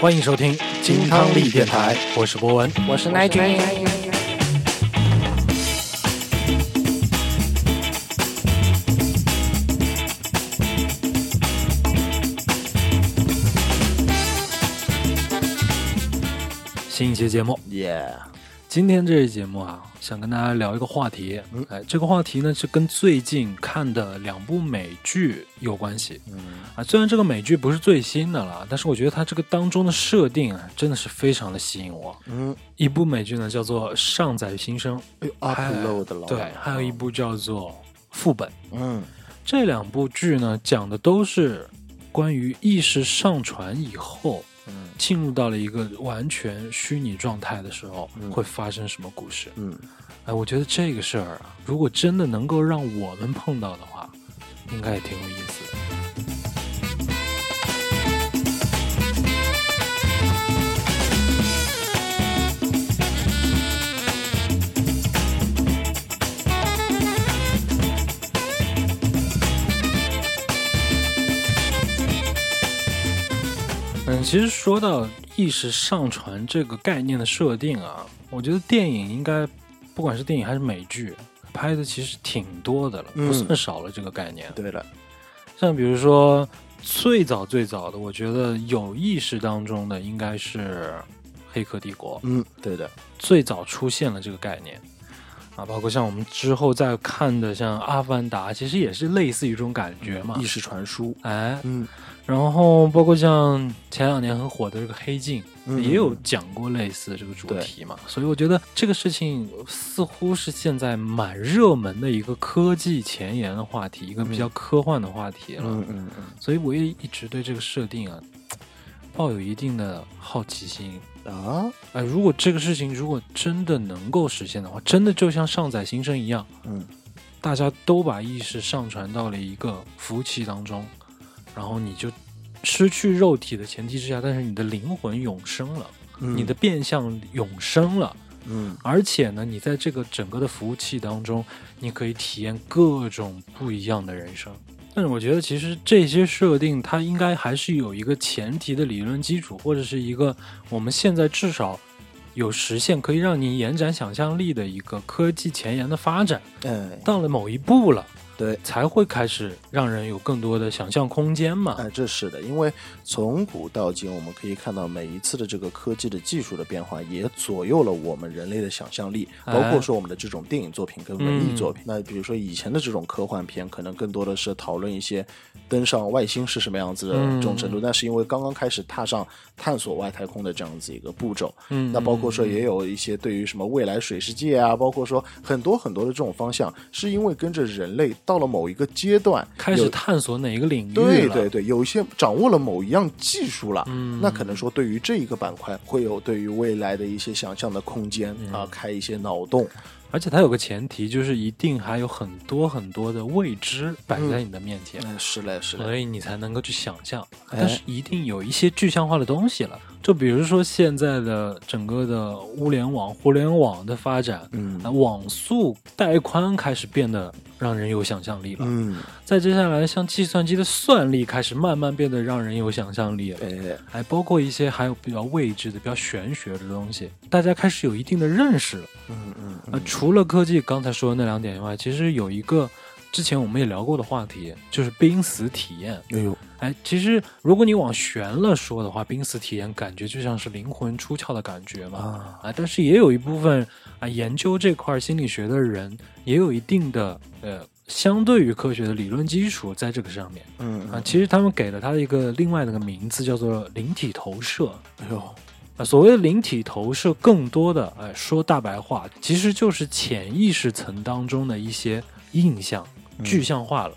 欢迎收听金汤力电台，我是博文。我是 Nike。新一期节目，耶，今天这期节目啊，想跟大家聊一个话题。嗯哎，这个话题呢是跟最近看的两部美剧有关系嗯，啊。虽然这个美剧不是最新的了，但是我觉得它这个当中的设定啊，真的是非常的吸引我。嗯，一部美剧呢叫做《上载新生》，哎呦还有，upload 了，对，还有一，部叫做《副本》。嗯这两部剧呢，讲的都是关于意识上传以后，嗯进入到了一个完全虚拟状态的时候，嗯会发生什么故事。嗯，哎，我觉得这个事儿啊，如果真的能够让我们碰到的话，应该也挺有意思的。嗯，其实说到意识上传这个概念的设定啊，我觉得电影应该，不管是电影还是美剧，拍的其实挺多的了，嗯不算少了这个概念。对了，像比如说最早最早的，我觉得有意识当中的应该是《黑客帝国》嗯，对的，最早出现了这个概念啊，包括像我们之后再看的像《阿凡达》，其实也是类似于这种感觉嘛意。识传输，哎，嗯，然后包括像前两年很火的这个《黑镜》，嗯也有讲过类似这个主题嘛，所以我觉得这个事情似乎是现在蛮热门的一个科技前沿的话题，一个比较科幻的话题了。嗯嗯嗯所以我也一直对这个设定啊，抱有一定的好奇心。嗯啊，哎，如果这个事情如果真的能够实现的话，真的就像上载新生一样，嗯大家都把意识上传到了一个服务器当中，然后你就失去肉体的前提之下，但是你的灵魂永生了，嗯你的，变相永生了。嗯而且呢，你在这个整个的服务器当中，你可以体验各种不一样的人生。但是我觉得，其实这些设定它应该还是有一个前提的理论基础，或者是一个我们现在至少有实现可以让你延展想象力的一个科技前沿的发展。哎，到了某一步了，对。才会开始让人有更多的想象空间嘛。哎，这是的，因为从古到今，我们可以看到每一次的这个科技的技术的变化，也左右了我们人类的想象力，包括哎说我们的这种电影作品跟嗯文艺作品。那比如说以前的这种科幻片，可能更多的是讨论一些登上外星是什么样子的这种程嗯度，那、是因为刚刚开始踏上探索外太空的这样子一个步骤。嗯，那包括说也有一些对于什么未来水世界啊，包括说很多很多的这种方向，是因为跟着人类到了某一个阶段，开始探索哪一个领域了。嗯对对对，有一些掌握了某一样技术了，那可能说对于这一个板块会有对于未来的一些想象的空间、嗯啊，开一些脑洞。而且它有个前提，就是一定还有很多很多的未知摆在你的面前，嗯，是嘞是嘞，所以你才能够去想象。哎但是一定有一些具象化的东西了，就比如说现在的整个的物联网、互联网的发展，嗯啊网速带宽开始变得让人有想象力了。嗯，再接下来，像计算机的算力开始慢慢变得让人有想象力了。哎，还包括一些还有比较未知的、比较玄学的东西，大家开始有一定的认识了。嗯嗯啊、除了科技刚才说的那两点以外，其实有一个之前我们也聊过的话题，就是濒死体验。哎呦，哎，其实如果你往悬了说的话，濒死体验感觉就像是灵魂出窍的感觉嘛。啊啊，但是也有一部分啊研究这块心理学的人，也有一定的呃相对于科学的理论基础在这个上面。嗯啊，其实他们给了它一个另外的一个名字，叫做灵体投射。哎呦，啊，所谓的灵体投射，更多的，哎，说大白话，其实就是潜意识层当中的一些印象嗯具象化了，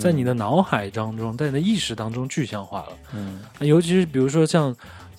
在你的脑海当中，在你的意识当中具象化了。嗯啊尤其是比如说像，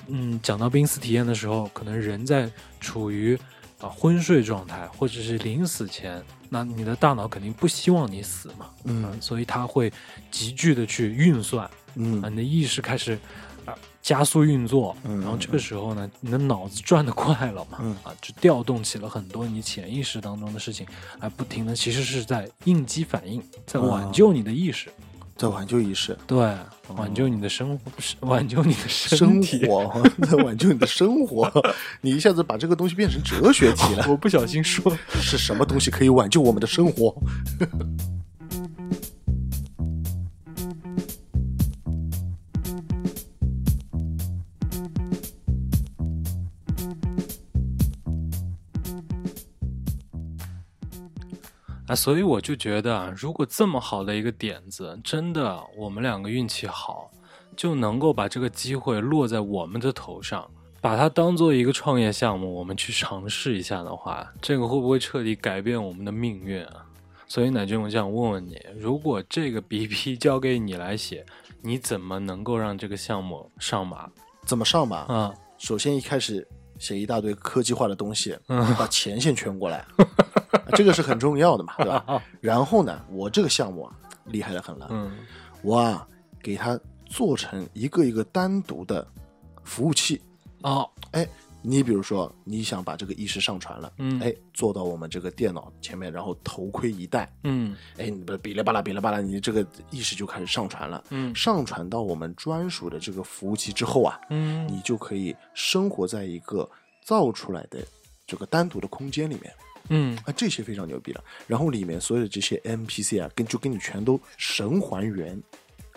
嗯，讲到濒死体验的时候，可能人在处于啊昏睡状态，或者是临死前，那你的大脑肯定不希望你死嘛，啊嗯所以它会急剧的去运算。嗯啊，你的意识开始啊加速运作，嗯然后这个时候呢，你的脑子转得快了嘛，嗯啊，就调动起了很多你潜意识当中的事情，啊，不停的其实是在应激反应，在挽哦救你的意识。在挽救意识，对，挽救你的生活，挽救你的哦生体。 活在挽救你的生活， 你一下子把这个东西变成哲学题了。 我不小心说，是什么东西可以挽救我们的生活？啊，所以我就觉得啊，如果这么好的一个点子，真的我们两个运气好，就能够把这个机会落在我们的头上，把它当做一个创业项目，我们去尝试一下的话，这个会不会彻底改变我们的命运啊？所以奶君，我想问问你，如果这个 BP 交给你来写，你怎么能够让这个项目上马怎么上吧？啊？首先一开始写一大堆科技化的东西，嗯把钱先圈过来， 这个是很重要的嘛，对吧？然后呢，我这个项目啊，厉害的很了，嗯我啊给它做成一个一个单独的服务器。哦哎，你比如说你想把这个意识上传了，嗯哎，坐到我们这个电脑前面，然后头盔一戴，嗯哎，你不哔哩吧啦哔哩吧啦，你这个意识就开始上传了。嗯上传到我们专属的这个服务器之后啊，嗯你就可以生活在一个造出来的这个单独的空间里面嗯啊，这些非常牛逼了。然后里面所有的这些 NPC 啊，跟就跟你全都神还原，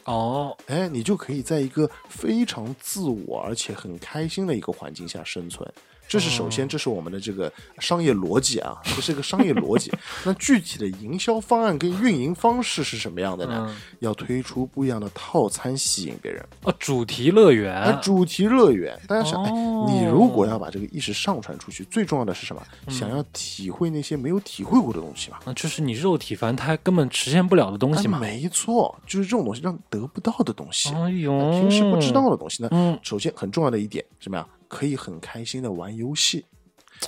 哦哎，你就可以在一个非常自我而且很开心的一个环境下生存。这是首先，这是我们的这个商业逻辑啊，这是个商业逻辑。那具体的营销方案跟运营方式是什么样的呢？嗯要推出不一样的套餐吸引别人。哦，主题乐园啊，主题乐园，大家想，哎，哦你如果要把这个意识上传出去，最重要的是什么？嗯想要体会那些没有体会过的东西嘛？啊，就是你肉体凡胎根本实现不了的东西啊嘛。没错，就是这种东西，让得不到的东西，哎呦，平时不知道的东西呢。嗯首先很重要的一点，什么呀？可以很开心的玩游戏。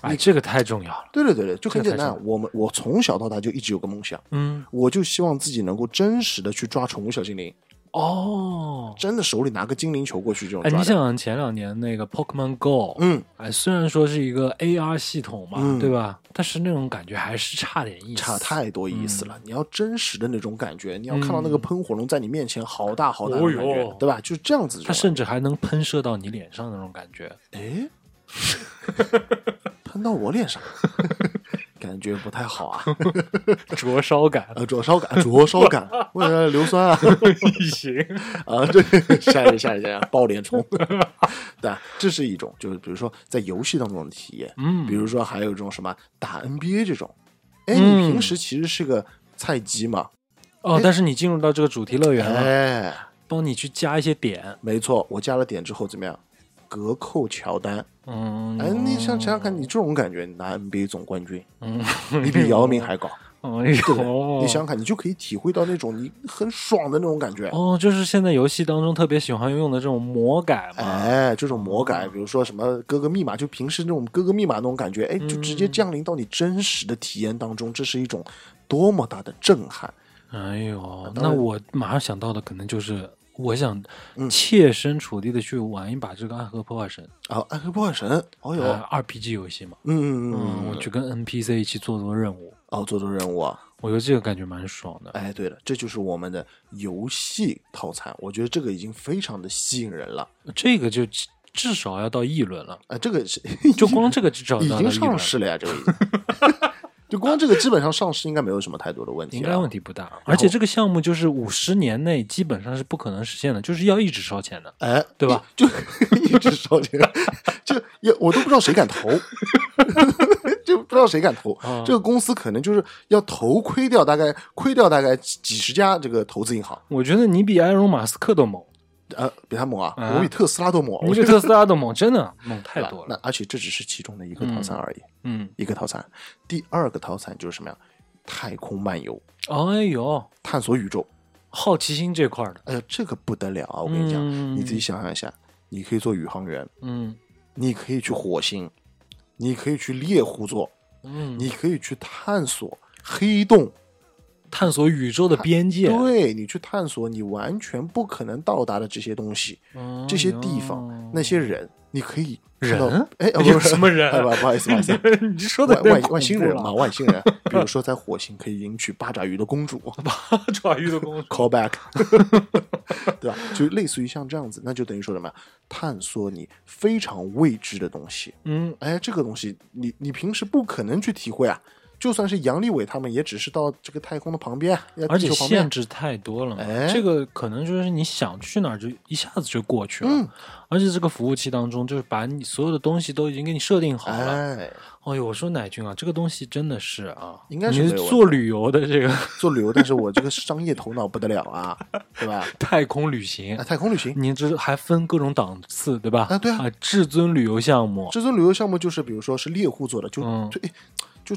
哎，这个太重要了。对对对对，就很这简才单。我们我从小到大就一直有个梦想，嗯，我就希望自己能够真实的去抓宠物小精灵，哦，真的手里拿个精灵球过去这种哎，抓你的。想想前两年那个 Pokemon Go，嗯，哎，虽然说是一个 AR 系统嘛，嗯对吧？但是那种感觉还是差点意思。嗯差太多意思了。你要真实的那种感觉，你要看到那个喷火龙在你面前好大好大的哦感哟觉，对吧？就是这样子这它种甚至还能喷射到你脸上那种感觉。感觉。哎，喷到我脸上， 感觉不太好啊。灼烧 感呃，灼烧感，灼烧感，为啥硫酸啊？ 异形。啊，这个吓人吓人吓人，爆脸虫。 对啊，这是一种，就是比如说在游戏当中的体验，嗯比如说还有这种什么打 NBA 这种，哎，你嗯平时其实是个菜鸡嘛，哦，但是你进入到这个主题乐园了，哎，帮你去加一些点。没错，我加了点之后怎么样？隔扣乔丹，嗯，哎，你想想想看，你这种感觉，你拿 NBA 总冠军，嗯，你比姚 明还高，哎对不对？呦，你想想看，你就可以体会到那种你很爽的那种感觉。哦，就是现在游戏当中特别喜欢用的这种魔改嘛。哎，这种魔改，比如说什么哥哥密码，就平时那种哥哥密码那种感觉，嗯哎，就直接降临到你真实的体验当中，这是一种多么大的震撼！哎呦，啊当那然我马上想到的可能就是，我想嗯切身处地的去玩一把这个《暗河破坏神》啊，暗黑破坏神，哦哟，呃 RPG 游戏嘛。嗯嗯嗯，嗯，我去跟 NPC 一起做做任务，哦，做做任务啊，我觉得这个感觉蛮爽的。哎，对了，这就是我们的游戏套餐，我觉得这个已经非常的吸引人了。这个就至至少要到议论了，啊，这个是就光这个至少已要到经议论上了市了呀，这个已 经。就光这个基本上上市应该没有什么太多的问题应了，该问题不大。而且这个项目就是五十年内基本上是不可能实现的，就是要一直烧钱的。哎，对吧？就一直烧钱， 这也我都不知道谁敢投， 就不知道谁敢投。啊这个公司可能就是要头亏掉大概亏掉大概几几十家这个投资银行，我觉得你比埃隆·马斯克都猛，呃，比他猛啊，啊我比特斯拉都猛，你 我比特斯拉都猛，真的 猛太多那了。而且这只是其中的一个套餐而已，嗯，一个套餐。第二个套餐就是什么呀？太空漫游，哎呦，探索宇宙。好奇心这块儿的，哎呀，这个不得了啊！我跟你讲，嗯你自己想象一下，你可以做宇航员，嗯你可以去火星，你可以去猎户座，嗯，你可以去探索黑洞、探索宇宙的边界，对你去探索你完全不可能到达的这些东西、嗯这些地方、哟那些人，你可以看到人 哎，啊有不是什么人哎不不好意思，不好 意思。 你说的外外外星人嘛，外星人，比如说在火星可以迎娶八爪鱼的公主爪鱼的公主， ，callback，对吧？就类似于像这样子，那就等于说什么？探索你非常未知的东西。嗯，哎，这个东西你你平时不可能去体会啊。就算是杨利伟他们，也只是到这个太空的旁边，要而地且球旁边限制太多了嘛，哎这个可能就是你想去哪儿就一下子就过去了，嗯而且这个服务器当中就是把你所有的东西都已经给你设定好了。哎，哎呦，我说乃俊啊，这个东西真的是啊，应该是你没有问题做旅游的这个 做旅游，但是我这个商业头脑不得了啊，对吧？太空旅行啊，，太空旅行，你这还分各种档次对吧？啊对啊至尊旅游项目，这种旅游项目就是，比如说是猎户座的，就嗯推、就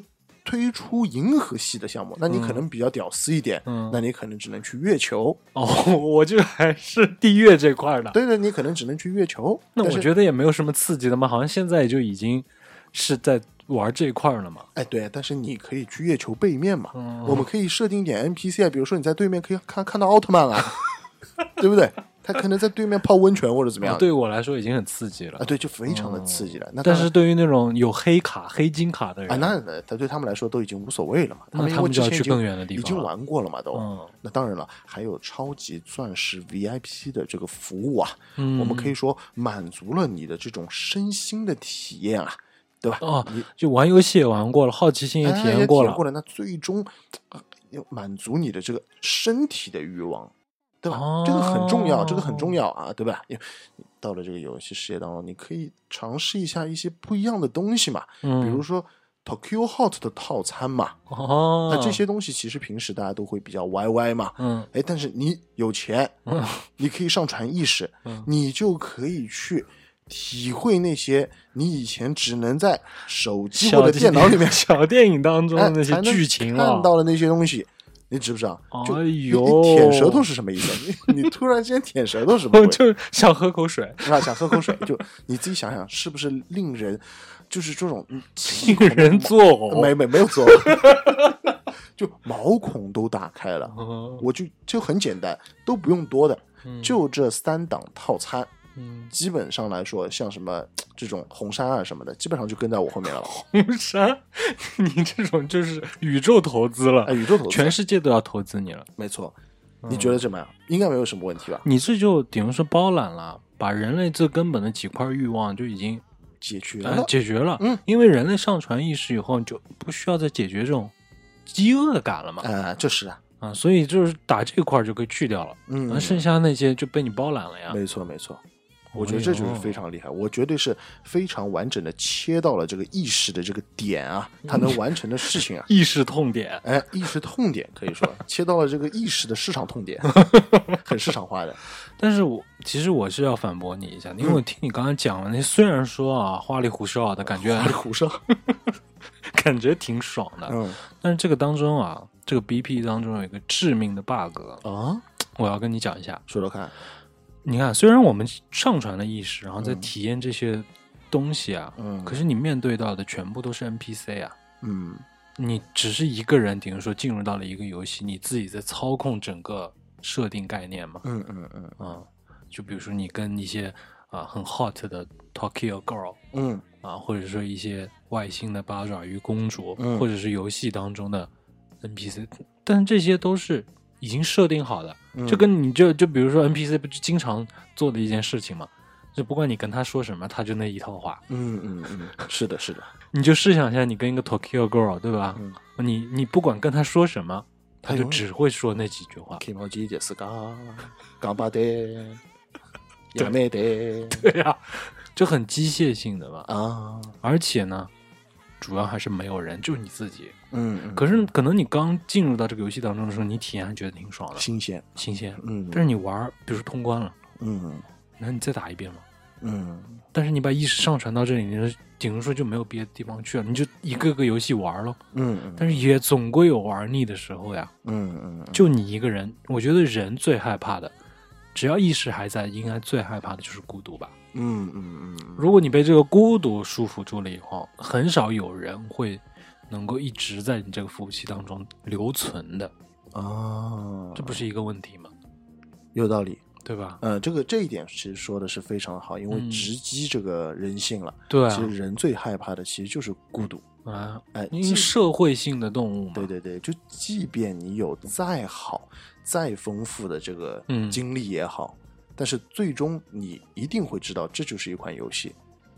推出银河系的项目，那你可能比较屌丝一点，嗯那你可能只能去月球，哦， 我就还是地月这块儿的。对的，你可能只能去月球。啊那但我是觉得也没有什么刺激的嘛，好像现在就已经是在玩这一块儿了嘛。哎，对，但是你可以去月球背面嘛，嗯我们可以设定一点 NPC 啊，比如说你在对面可以看看到奥 特曼啊，对不对？他可能在对面泡温泉或者怎么样，对嗯我来说已经很刺激了啊，，对，就非常的刺激了。那但当是然对于那种有黑卡、黑金卡的人，啊，那那他对他们来说都已经无所谓了嘛，那们他因为们就之要前已去经更远的地已经方了玩过了嘛都。嗯那当然了，还有超级钻石 VIP 的这个服务啊，嗯我们可以说满足了你的这种身心的体验啊，对吧？哦你，就玩游戏也玩过了，好奇心也哎体也验过了，过了，那最终啊要满足你的这个身体的欲望，对吧？这个很重要，这个很哦重要啊，对吧？因为你到了这个游戏世界当中，你可以尝试一下一些不一样的东西嘛，嗯，比如说 Tokyo Hot 的套餐嘛，哦，那这，些东西其实平时大家都会比较 YY 嘛，嗯哎，但是你有钱，嗯你可以上传意识，嗯你就可以去体会那些你以前只能在手机或者电脑里面小电影当中的哎那些才能剧情啊，看到的那些东西，你知不知道？就哎你呦你舔舌头是什么意思？你 你突然间舔舌头是什么我鬼？就想喝口水，啊，想喝 口水，就你自己想想，是不是令人就是这种一个人作 没呕，没没有错， 就毛孔都打开了。嗯我就就很简单，都不用多的，嗯就这三档套餐，嗯，基本上来说，像什么这种红杉啊什么的，基本上就跟在我后面了吧。红 杉，你这种就是宇宙投资了哎，，宇宙投资全嗯世界都要投资你了，没错，你觉得怎么样？应该没有什么问题吧？你这就等于说包揽了，把人类最根本的几块欲望就已经解决呃了，解决了，嗯，因为人类上传意识以后，你就不需要再解决这种饥饿的感了嘛，呃，就是啊，啊，所以就是打这块儿就可以去掉了，嗯那，剩下那些就被你包揽了呀，没错没错。我觉得这哦就是非常厉害，我绝对是非常完整的切到了这个意识的这个点啊，它能完成的事情啊，意识痛点，哎，意识痛点可以说切到了这个意识的市场痛点， 很市场化的。但是我其实我是要反驳你一下，因为我听你刚才讲了，那虽然说啊花里胡哨的感觉，胡说， 感觉挺爽的，嗯但是这个当中啊，这个 BP 当中有一个致命的 bug，啊，我要跟你讲一下。说说看，你看，虽然我们上传了意识，然后在体验这些东西啊，嗯可是你面对到的全部都是 NPC 啊。嗯，你只是一个人，等于说进入到了一个游戏，你自己在操控整个设定概念嘛。嗯嗯嗯啊、就比如说你跟一些啊、很 hot 的 Tokyo girl 嗯啊，或者说一些外星的八爪鱼公主，嗯或者是游戏当中的 NPC，但这些都是已经设定好的。嗯，就跟你就就比如说 NPC 不就经常做的一件事情嘛，就不管你跟他说什么，他就那一套话。嗯嗯嗯，是的，是的，你就试想一下，你跟一个 Tokyo girl 对吧？嗯你你不管跟他说什么，他哎就呦只会说那几句话。気持ちいいですか？頑張って、やめて对呀、就很机械性的嘛。啊，而且呢，主要还是没有人，就是你自己。嗯，嗯可是可能你刚进入到这个游戏当中的时候，你体验还觉得挺爽的，新鲜，新鲜。嗯但是你玩儿，比如说通关了，嗯那你再打一遍嘛。嗯，但是你把意识上传到这里，你就顶多说就没有别的地方去了，你就一个个游戏玩咯。嗯嗯但是也总归有玩腻的时候呀。嗯嗯，就你一个人，我觉得人最害怕的，只要意识还在，应该最害怕的就是孤独吧。嗯嗯嗯，如果你被这个孤独束缚住了以后，很少有人会能够一直在你这个服务器当中留存的。啊，这不是一个问题吗？哦有道理。对吧？呃，这个这一点其实说的是非常好，因为嗯直击这个人性了。对啊其实，人最害怕的其实就是孤独。啊，哎，因即为社会性的动物嘛，对对对，就即便你有再好、再丰富的这个嗯经历也好，但是最终你一定会知道这就是一款游戏，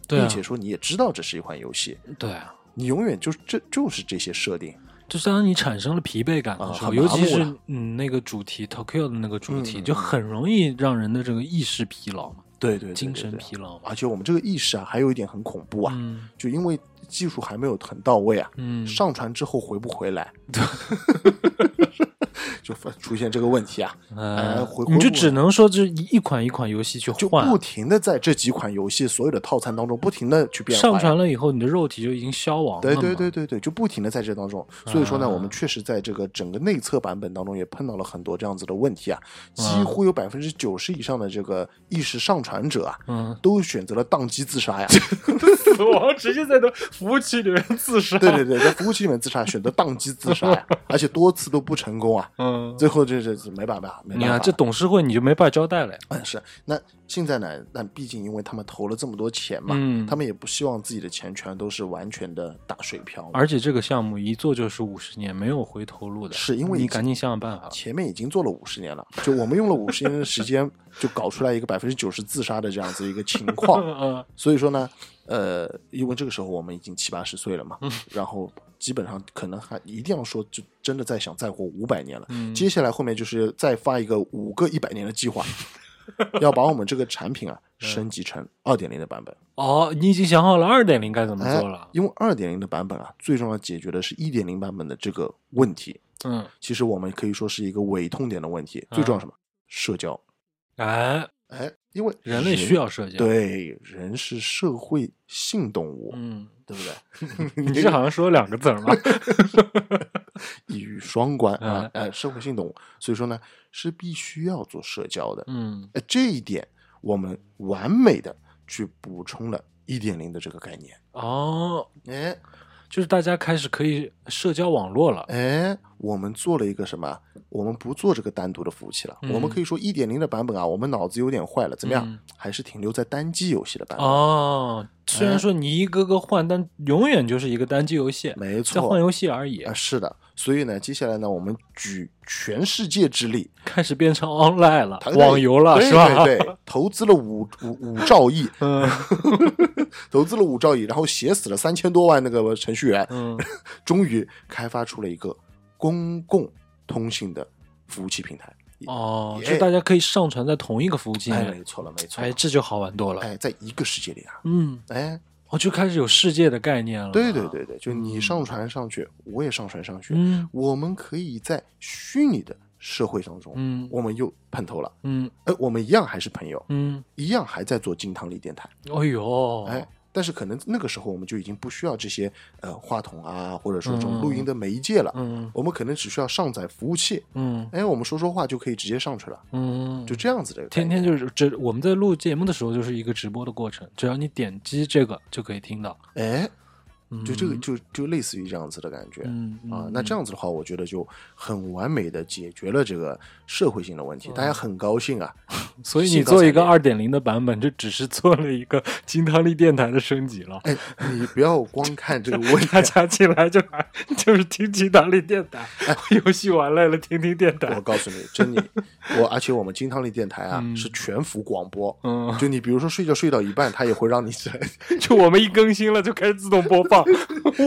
对啊并且说你也知道这是一款游戏，对啊，你永远就是这就是这些设定。就是当你产生了疲惫感的啊时候，很麻尤木其是了嗯那个主题 Tokyo 的那个主题，嗯嗯就很容易让人的这个意识疲劳嘛，对对对对精神对疲劳嘛。而且我们这个意识啊，还有一点很恐怖啊，嗯就因为技术还没有很到位啊，嗯，上传之后回不回来， 就发出现这个问题啊，呃哎回，你回就顾只能说这一一款一款游戏去就换不，停的在这几款游戏所有的套餐当中不停的去变换上。传了以后，你的肉体就已经消亡了对嘛。对对对对，就不停的在这当中，所以说呢，啊我们确实在这个整个内测版本当中也碰到了很多这样子的问题啊，几啊乎有百分之九十以上的这个意识上传者啊，嗯， 都选择了宕机自杀呀。死亡直接在那服务器里面自 杀。对对对，在服务器里面自杀，选择宕机自杀呀，而且多次都不成功啊，嗯，最后这这这没办法，没你啊办法。看这董事会你就没办法交代了呀。嗯，是。那现在呢？但毕竟因为他们投了这么多钱嘛，嗯他们也不希望自己的钱全都是完全的打水漂。而且这个项目一做就是五十年，没有回头路的。是因为已你经赶紧想想办法。前面已经做了五十年了，就我们用了五十年的时间，就搞出来一个百分之九十自杀的这样子一个情 况。嗯所以说呢，呃，因为这个时候我们已经七八十岁了嘛，嗯然后基本上可能还一定要说，就真的再想再活五百年了。嗯接下来后面就是再发一个五个一百年的 计划，要把我们这个产品啊嗯升级成二点零的版本。哦，你已经想好了二点零该怎么做哎了？因为二点零的版本啊，最重要解决的是一点零版本的这个问题。嗯，其实我们可以说是一个伪痛点的问题。最重要是什么？社交。哎，哎，因为人类需要社交。，对人是社会性动物，嗯，对不对？你这好像说了两个字 儿嘛。一 语双关啊嗯，哎，社会性动物，所以说呢是必须要做社交的。嗯哎，这一点我们完美的去补充了一点零的这个概念。哦，哎就是大家开始可以社交网络了。哎，我们做了一个什么？我们不做这个单独的服务器了，嗯我们可以说一点零的版本啊，我们脑子有点坏了，怎么样？嗯还是停留在单机游戏的版本。哦，虽然说你一个个换，但永远就是一个单机游戏，没在换错。游戏而已啊，，是的，所以呢，接下来呢，我们举全世界之力，开始变成 online 了它，网游了，对是吧？对对，投资了五五五兆亿， 嗯 投资了五兆亿，然后写死了三千多万那个程序员，嗯终于开发出了一个公共通信的服务器平台。哦，也就大家可以上传在同一个服务器里哎，面没，错了，没错了哎，，这就好玩多了。哎，在一个世界里啊，嗯，哎，我就开始有世界的概念了。对对，对对，就你嗯上传上去，我也上传上去，嗯我们可以在虚拟的社会当中，嗯我们又碰头了。嗯哎，我们一样还是朋友，嗯，一样还在做金汤力电台。哎呦，哎，但是可能那个时候我们就已经不需要这些呃话筒啊，或者说这种嗯录音的媒介了。嗯我们可能只需要上载服务器，嗯哎，我们说说话就可以直接上去了，嗯，就这样子的。天天就是这，我们在录节目的时候就是一个直播的过程，只要你点击这个就可以听到。哎，嗯就这个就就类似于这样子的感觉。嗯啊，那这样子的话，我觉得就很完美的解决了这个社会性的问题，大家很高兴啊。嗯 所以你做一个二点零的版本，就只是做了一个 金汤力电台的升级了。哎，你不要光看这个 问题大，家进来就还 就是听金汤力电台， 游戏玩累了听听电啊我台。告诉你，真的，我而且我们金汤力电台啊、嗯是全服广播，嗯，就你比如说睡觉睡到一半，它也会让你就我们一更新了就开始自动播 放，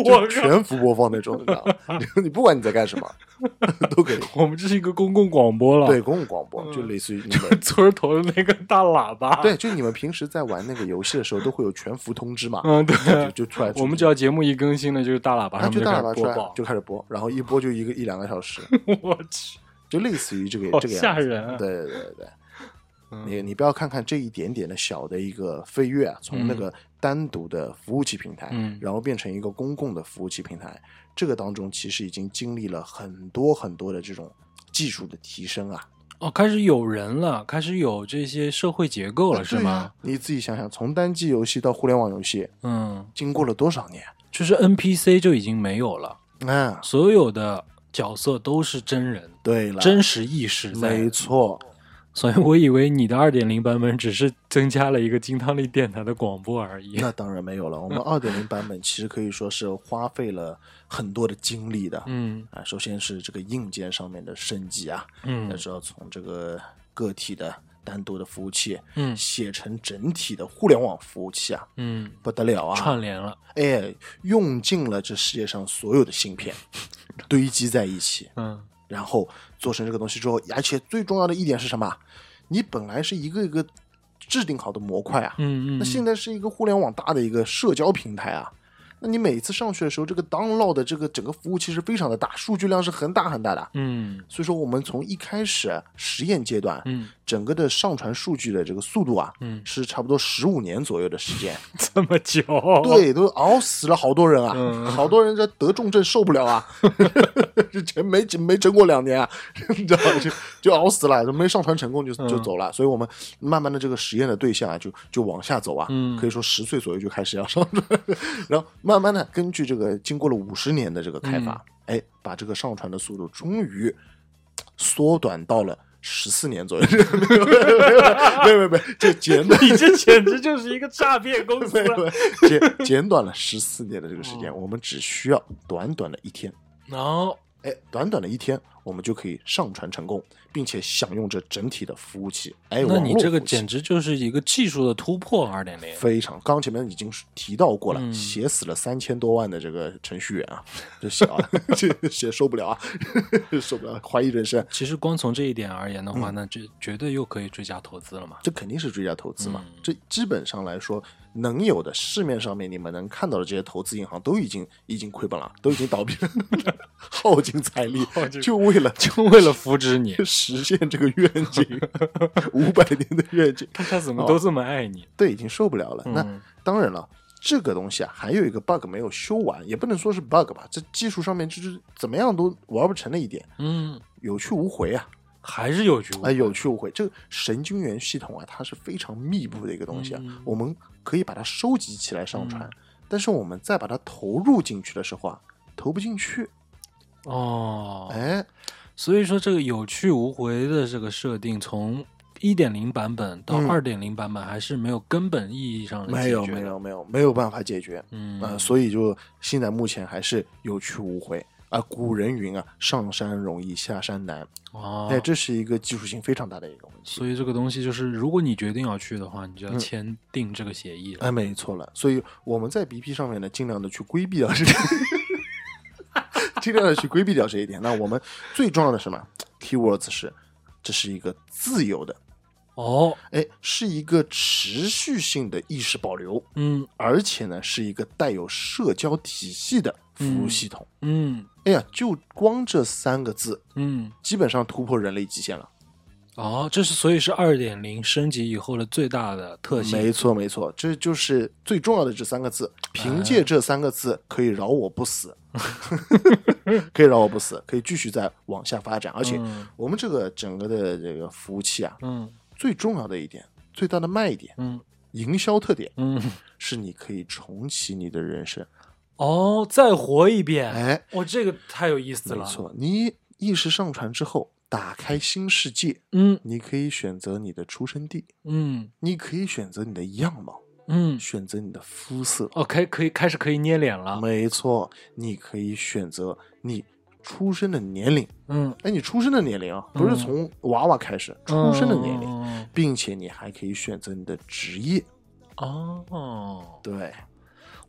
我就靠！全服播放那种，你知道吗？ 你不管你在干什么， 都可以。我们这是一个公共广播了，对，，公共广播嗯就类似于你们。村儿头的那个大喇叭。，对，就你们平时在玩那个游戏的时候，都会有全服通知嘛？嗯，对，就就出来， 我们只要节目一更新了，就是大喇叭啊，上面就大喇叭开始出播来报。就开始播，然后一播就一个一两个小时， 我去，就类似于这个 好这个样吓子。人啊！对对对对，嗯你你不要看看这一点点的小的一个飞跃啊，从那个单独的服务器平台，嗯然后变成一个公共的服务器平台，这个当中其实已经经历了很多很多的这种技术的提升啊，哦，开始有人了，开始有这些社会结构哦了，是对吗啊？？你自己想想，从单机游戏到互联网游戏，嗯，经过了多少年？就是 NPC 就已经没有了，啊，所有的角色都是真人，对了，真实意识在没错，所以我以为你的二点零版本只是增加了一个金汤力电台的广播而 已。那当然没有了。我们嗯二点零版本其实可以说是花费了很多的精力的。嗯啊，首先是这个硬件上面的升级啊，那嗯是要从这个个体的单独的服务器嗯写成整体的互联网服务器啊，嗯，不得了啊！串联了。哎，用尽了这世界上所有的芯 片，堆积在一起，嗯然后做成这个东西之后，而且最重要的一点是什么？啊你本来是一个一个制定好的模块啊，嗯嗯，那现在是一个互联网大的一个社交平台啊。那你每次上去的时候，这个 download 的这个整个服务器是非常的大，数据量是很大很大的。 嗯所以说，我们从一开始啊实验阶段，嗯，整个的上传数据的这个速度啊，嗯是差不多十五年左右的时间。这么久，，对，都熬死了好多人啊，好多人这得重症受不了啊，这撑没没撑过两年啊，你知道吧就就熬死了，就没上传成功就就走了。所以我们慢慢的这个实验的对象啊，就就往下走啊，嗯可以说十岁左右就开始要上传，然后慢慢的根据这个经过了五十年的这个开发，哎，把这个上传的速度终于缩短到了。十四年左右，没有没有没有没有没有没有，这简单你这简直就是一个诈骗 公司 对了。对，简简短了十四年的这个时哦间，我们只需要短短的一天，然后，哎，短短的一天，我们就可以上传成功，并且享用这整体的服务器。哎，那网你络这个服务器简直就是一个技术的突破，二点零。非常，刚前面已经提到过了，嗯写死了三千多万的这个程序员啊， 这写啊，这写受不了啊， 受不了，怀疑人生，其实光从这一点而言的嗯话，那这绝对又可以追加投资 了嘛。这肯定是追加投资嘛。这基本上来说，能有的市面上面你们能看到的这些投资银行都已经已经亏本了，都已经倒闭了， 耗尽财力，就为了就为了扶持 你，实现这个愿 景，五百年的愿景，大家怎么都这么爱你？对，已经受不了了。那当然了。这个东西啊，还有一个 bug 没有修完，也不能说是 bug 吧，这技术上面就是怎么样都玩不成的一点，嗯，有去无回啊。还是有局。啊，有去无回。这个神经元系统啊，它是非常密布的一个东西啊，嗯我们可以把它收集起来上传，但是我们再把它投入进去的时候啊，投不进去。哦，哎，所以说这个有去无回的这个设定，从一点零版本到嗯二点零版本，还是没有根本意义上的没解有决的没，有没有没有办法解决。嗯啊、所以就现在目前还是有去无回啊、古人云啊，上山容易下山难。哦哎，，这是一个技术性非常大的一个问题。所以这个东西就是，如果你决定要去的话，你就嗯要签订这个协议了。哎，没错了。所以我们在 BP 上面呢，尽量的去规避掉这个， 尽量的去规避掉这一点。那我们最重要的是什么？Keywords 是，这是一个自由的，哦，哎，是一个持续性的意识保留，嗯而且呢，是一个带有社交体系的服务系统。嗯哎呀，就光这三个字，嗯，基本上突破人类极限了。哦，这是所以是二点零升级以后的最大的特性。没错，没错，这就是最重要的这三个字。凭借这三个字，可以饶我不死， 可以饶我不死，可以继续再往下发展。而且嗯，我们这个整个的这个服务器啊，嗯最重要的一点，最大的卖点，嗯营销特点嗯，是你可以重启你的人生。哦，再活一遍，哎，哦，这个太有意思没了。错，你意识上传之后，打开新世界，嗯你可以选择你的出生地，嗯你可以选择你的样貌，嗯，选择你的肤色，哦，可以可以开始可以捏脸了。没错，你可以选择你出生的年龄。嗯，哎，你出生的年龄啊，不嗯是从娃娃开始，出生的年龄，龄。并且你还可以选择你的职业。哦，对，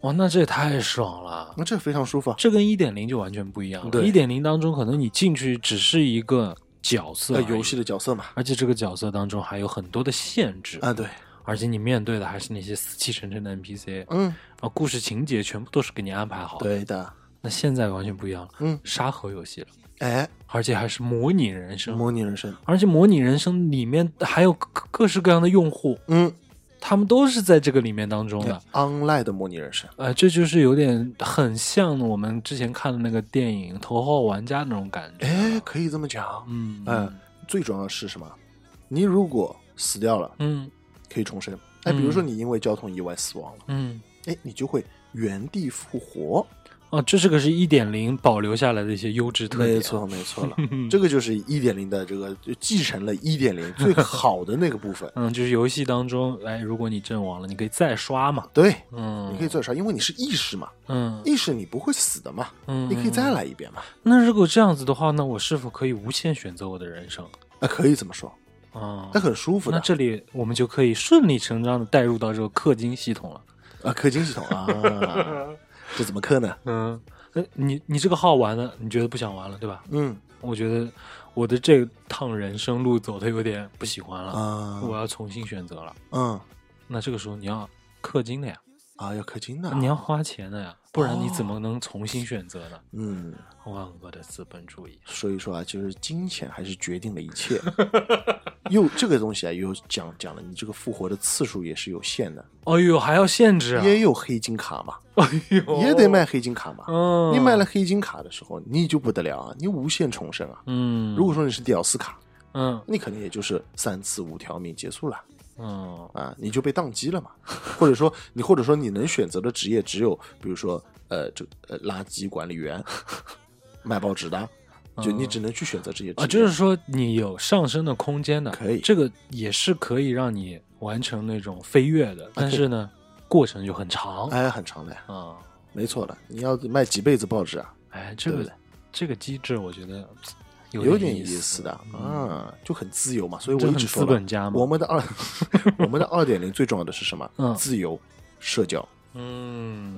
哇，那这也太爽了。那这非常舒服啊。这跟一点零就完全不一样了。对一点零当中，可能你进去只是一个角色呃而已、游戏的角色嘛，而且这个角色当中还有很多的限制，啊，对，而且你面对的还是那些死气沉沉的 NPC，嗯，啊，故事情节全部都是给你安排好的。对的，那现在完全不一样了，嗯，沙盒游戏了，哎，而且还是模拟人生，模拟人生，而且模拟人生里面还有各各式各样的用户，嗯他们都是在这个里面当啊中的。 ，online 的模拟人生，呃，这就是有点很像我们之前看的那个电影《头号玩家》那种感觉。哎，可以这么讲。嗯嗯，最重要的是什么？你如果死掉了，嗯可以重生。嗯哎，比如说你因为交通意外死亡了，嗯，哎，你就会原地复活。哦，这是个是一点零保留下来的一些优质特点。没错，没错 了，这个就是一点零的这个就继承了 。一点零最好的那个部分嗯，就是游戏当中，哎，如果你阵亡了，你可以再刷嘛。对，你嗯可以做啥？因为你是意识嘛，嗯意识你不会死的嘛，嗯，你可以再来一遍嘛。那如果这样子的话，那我是否可以无限选择我的人生？那可以这么说，啊、那很舒服那的。这里我们就可以顺理成章的带入到这个氪金系统了。啊，氪金系统 啊，这怎么氪呢？嗯，那你你这个号玩了，你觉得不想玩了，对吧？嗯我觉得我的这趟人生路走的有点不喜欢了，啊，我要重新选择了。嗯那这个时候你要氪金的呀，啊，要氪金的。你要花钱的呀，不然你哦怎么能重新选择呢？嗯，万恶的资本主义。所以说啊，就是金钱还是决定了一切。 又这个东西啊，又讲讲了，你这个复活的次数也是有限的，哎呦，还要限制啊！也有黑金卡嘛，哎呦也得卖。黑金卡嘛。嗯，你买了黑金卡的时候，你就不得了啊，你无限重生啊。嗯，如果说你是屌丝卡，嗯你可能也就是三次五条命结束了嗯啊，你就被宕机了嘛。 或者说你或者说你能选择的职业只有，比如说呃，这呃垃圾管 理员、卖报纸的，就你只能去选择这些职嗯业。啊，就是说你有上升的空间的，可以这个也是可以让你完成那种飞跃的，但是呢，过程就很长啊哎，很长的呀，啊。没错的。你要卖几辈子报纸啊，哎，这对个的这个机制，我觉得有有点意思思的嗯，啊，就很自由嘛。所以这我一很直资说了，本家嘛。我们的二 我们的二点零最重要的是什么？嗯自由、社交嗯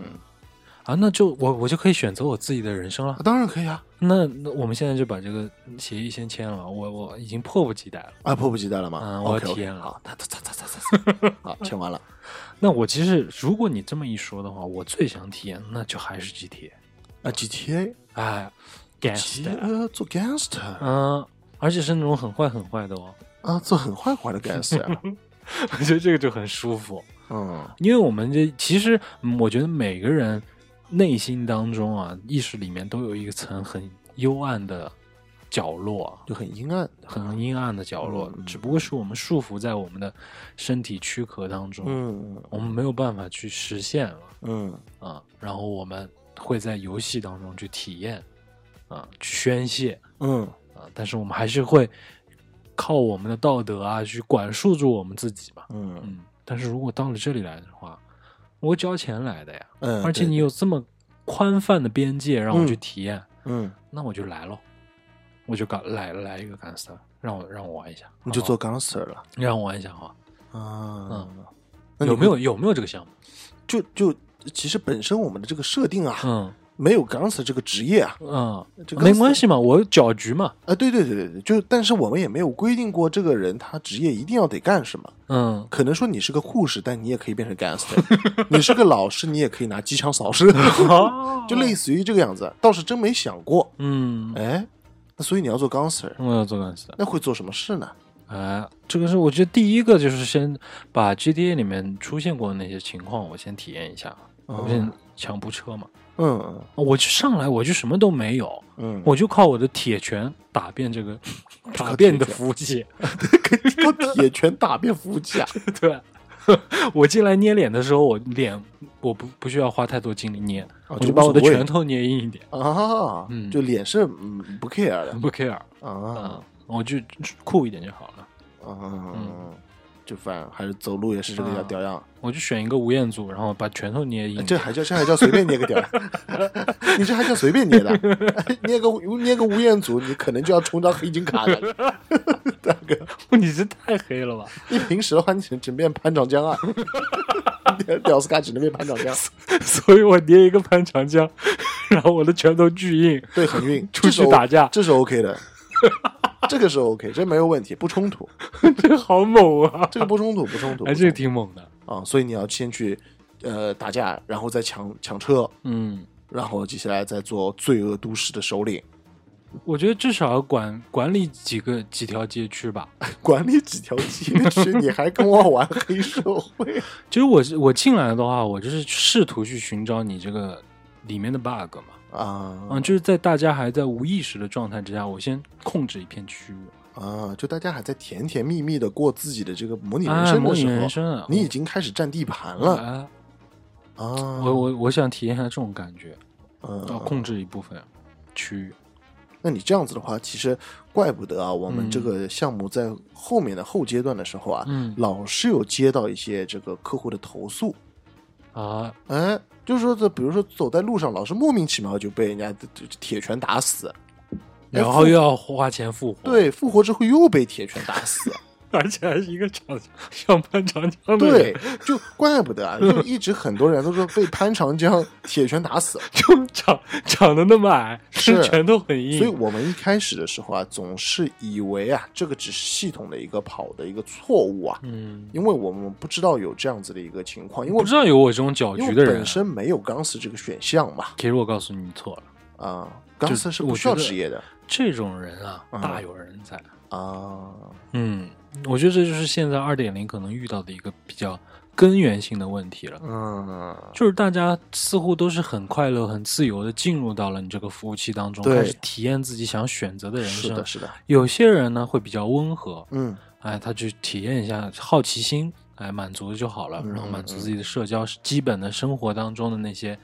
啊，那就我我就可以选择我自己的人生了啊，。当然可以啊，那那我们现在就把这个协议先签了，我我已经迫不及待了。啊，迫不及待了吗？嗯我 o k 体验了好，他他他他 他他，好，签完了。那我其实如果你这么一说的话，我最想体验那就还是 GTA，啊，GTA，哎企，Gangster，鹅呃做 gangster 嗯，而且是那种很坏很坏的哦， 啊，做很坏坏的 gangster，啊我觉得这个就很舒服，嗯，因为我们这其实嗯我觉得每个人内心当中啊，意识里面都有一层很幽暗的角落，就很阴暗，很阴暗的角落，嗯嗯只不过是我们束缚在我们的身体躯壳当中，嗯我们没有办法去实现了。嗯啊，然后我们会在游戏当中去体验，啊，去宣泄嗯，啊，但是我们还是会靠我们的道德啊去管束住我们自己嘛，嗯嗯。但是如果到了这里来的话，我交钱来的呀，嗯，而且你对，有这么宽泛的边界让我去体验，嗯，那我就来咯，我就搞来来一个 gangster，让我让我玩一下，你就好不好做 gangster 了你让我玩一下哈，啊嗯。那你有会没有有没有这个 项目？就就其实本身我们的这个设定啊，嗯没有 gangster 这个职业啊，嗯，这没关系系嘛，我搅局嘛，啊，对对对对对，就但是我们也没有规定过这个人他职业一定要得干什么。嗯，可能说你是个护士，但你也可以变成 gangster；你 是个老师，你也可以拿机枪扫射，哦 哦就类似于这个样子。倒是真没想过，嗯，哎，那所以你要做 gangster，我要做干事。那会做什么事呢？哎，这个是我觉得第一个就是先把 GTA 里面出现过的那些情况，我先体验一下。哦我先抢部车嘛，嗯我就上来我就什么都没有，嗯，我就靠我的铁拳打遍这 个打遍的服务 器。我嗯铁拳打遍服务器啊！对，我进来捏脸的时候，我脸我不不需要花太多精力捏，哦我就就把无我的所谓拳头捏硬一点，啊，嗯就脸是嗯不 care 的不 care 啊啊，我就酷一点就好了。啊，嗯就反正还是走路也是这个啊样屌样，我就选一个吴彦祖，然后把拳头捏硬一点。啊这还 叫这还叫随便捏个屌样？ 你这还叫随便捏的？ 捏个捏个吴彦祖，你可能就要充张黑金卡了。你这太黑了吧！ 你平时的话，你只只能变潘长江啊， 屌屌丝咖只能变潘 长江， 所以我捏一个潘长江， 然后我的拳头巨硬。 对，很晕，出去打架这是 O- 这是 OK 的， 这个是 OK，这没有问题，不 冲突，这好猛啊！这个不冲突，不冲突，哎，不这个冲挺猛的。突啊，所以你要先去呃打架，然后再抢抢车，嗯，然后接下来再做罪恶都市的首领， 我觉得至少要管管理几个几条街区吧。 管理几条街区，你还跟我玩黑社会？ 其实我是我进来的话，我就是试图去寻找你这个里面的 bug 嘛。 啊嗯，就是在大家还在无意识的状态之下，我先控制一片区域，啊！就大家还在甜甜蜜蜜的过自己的这个模拟人哎，生模的拟时人候，生啊。你已经开始占地盘了哎，啊！我我我想体验一下这种感觉。嗯要控制一部分区域。那你这样子的话，其实怪不得啊，我们这个项目在后面的后阶段的时候啊，嗯老是有接到一些这个客户的投诉，啊，哎，就是说这，比如说走在路上，老是莫名其妙就被人家铁拳打死，哎然后又要花钱复活，，对，复活之后又被铁拳打死，而且还是一个长上班长江的对人，，就怪不得啊，就一直很多人都说被潘长江铁拳打死，就长长得那么矮， 是拳头很硬，所以我们一开始的时候啊，总是以为啊，这个只是系统的一个跑的一个错误啊，嗯，因为我们不知道有这样子的一个情况，因为不知道有我这种搅因局为的人啊本。身没有钢丝这个选项嘛，其实我告诉你，你错了。啊，钢丝是我不觉需要得职业的这种人啊，嗯大有人在。啊，嗯，我觉得这就是现在二点零可能遇到的一个比较根源性的问题了，嗯，就是大家似乎都是很快乐、很自由的进入到了你这个服务器当中，对开始体验自己想选择的人是生的，。是的，有些人呢会比较温和，嗯。哎，他去体验一下好奇心，哎，满足就好了，嗯然后满足自己的社交基本的生活当中的那些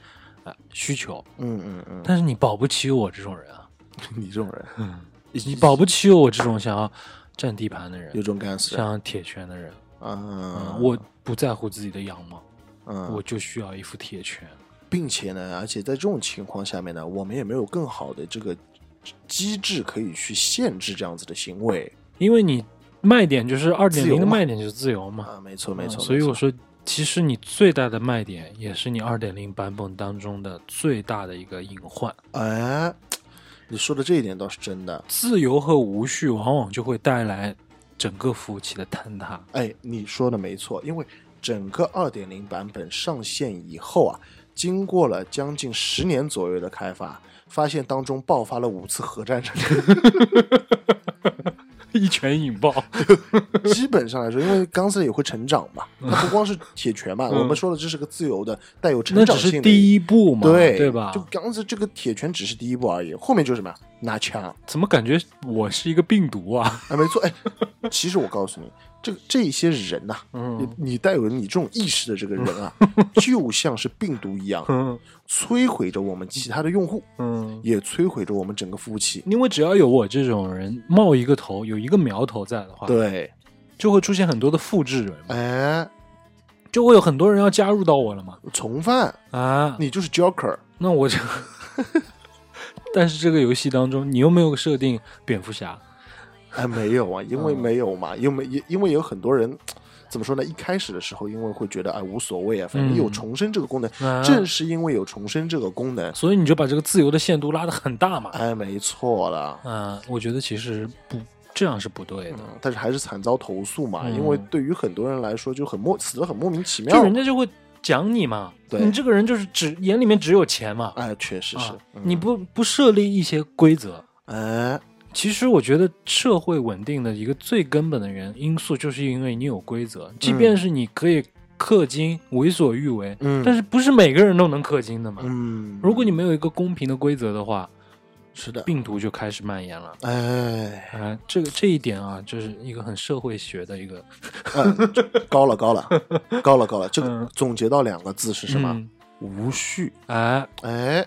呃需求。嗯嗯嗯，但是你保不齐有我这种人啊，你这种人你保不齐有我这种想要占地盘的人有，种啊干死人想要铁拳的人。啊！嗯，我不在乎自己的羊毛，嗯，我就需要一副铁拳。并且呢，而且在这种情况下面呢，我们也没有更好的这个机制可以去限制这样子的行为因为你卖点就是二点自由零的嘛卖点就是自由嘛，啊！没错，没嗯错。所以没我错说，其实你最大的卖点，也是你二点零版本当中的最大的一个隐患。哎，你说的这一点倒是真的。自由和无序往往就会带来整个服务器的坍塌。哎，你说的没错，因为整个二点零版本上线以后啊，经过了将近十年左右的开发，发现当中爆发了五次核战争。 一拳引爆，基本上来说，因为钢丝也会成长嘛，它不光是铁拳嘛，我们说的这是个自由的、带有成嗯那只长性是的。第一步嘛，对对吧就？钢丝这个铁拳只是第一步而已，后面就是什么拿枪啊，怎么感觉我是一个病毒啊？没错，哎， 其实我告诉你，这个这些人呐、你嗯你带有你这种意识的这个人 啊，就像是病毒一样，嗯摧毁着我们其他的用户，嗯，也摧毁着我们整个服务器。因为只要有我这种人冒一个头，有一个苗头在的话，对，就会出现很多的复制人嘛，哎，就会有很多人要加入到我了嘛。从犯，啊，你就是 Joker，那我就， 但是这个游戏当中，你又没有设定蝙蝠侠，哎，没 有啊，因为嗯没有嘛，因为也因为有很多人怎么说呢？一开始的时候，因为会觉得哎无所谓啊，反正有嗯重生这个功能，啊正是因为有重生这个功能，所以你就把这个自由的限度拉得很大嘛。哎，没错了。嗯、我觉得其实不这样是不对的，嗯，但是还是惨遭投诉嘛，嗯因为对于很多人来说就很莫死的很莫名其妙就。人家就会讲你嘛，嗯对你这个人就是只眼里面只有钱嘛，哎，确实是啊，嗯你不不设立一些规则。哎，其实我觉得社会稳定的一个最根本的原因素，就是因为你有规则，即便是你可以氪金、为所欲为，嗯，但是是不是每个人都能氪金的嘛？嗯，如果你没有一个公平的规则的话，是的，病毒就开始蔓延了。哎，啊、这个这一点啊，就是一个很社会学的一个高 了高了高了高了，这个嗯总结到两个字是什么？嗯无序。哎，哎，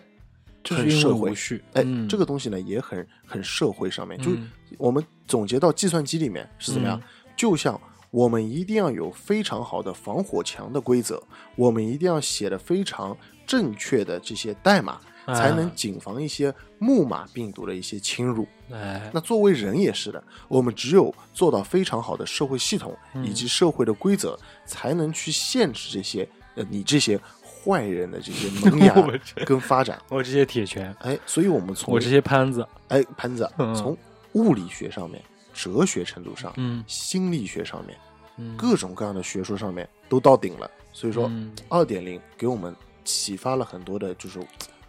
就是很因为社会无序。哎，嗯这个东西呢也很很社会上面，就是嗯我们总结到计算机里面是怎么样？就像我们一定要有非常好的防火墙的规则，我们一定要写的非常正确的这些代码，啊才能谨防一些木马病毒的一些侵入。哎，那作为人也是的，我们只有做到非常好的社会系统嗯以及社会的规则，才能去限制这些呃你这些坏人的 这些萌芽我这跟发展。我这些铁拳，哎，所以我们从我这些潘子，哎，潘子啊，嗯从物理学上面、哲学程度上、嗯心理学上面、嗯，各种各样的学说上面都到顶了。所以说嗯，二点零给我们启发了很多的，就是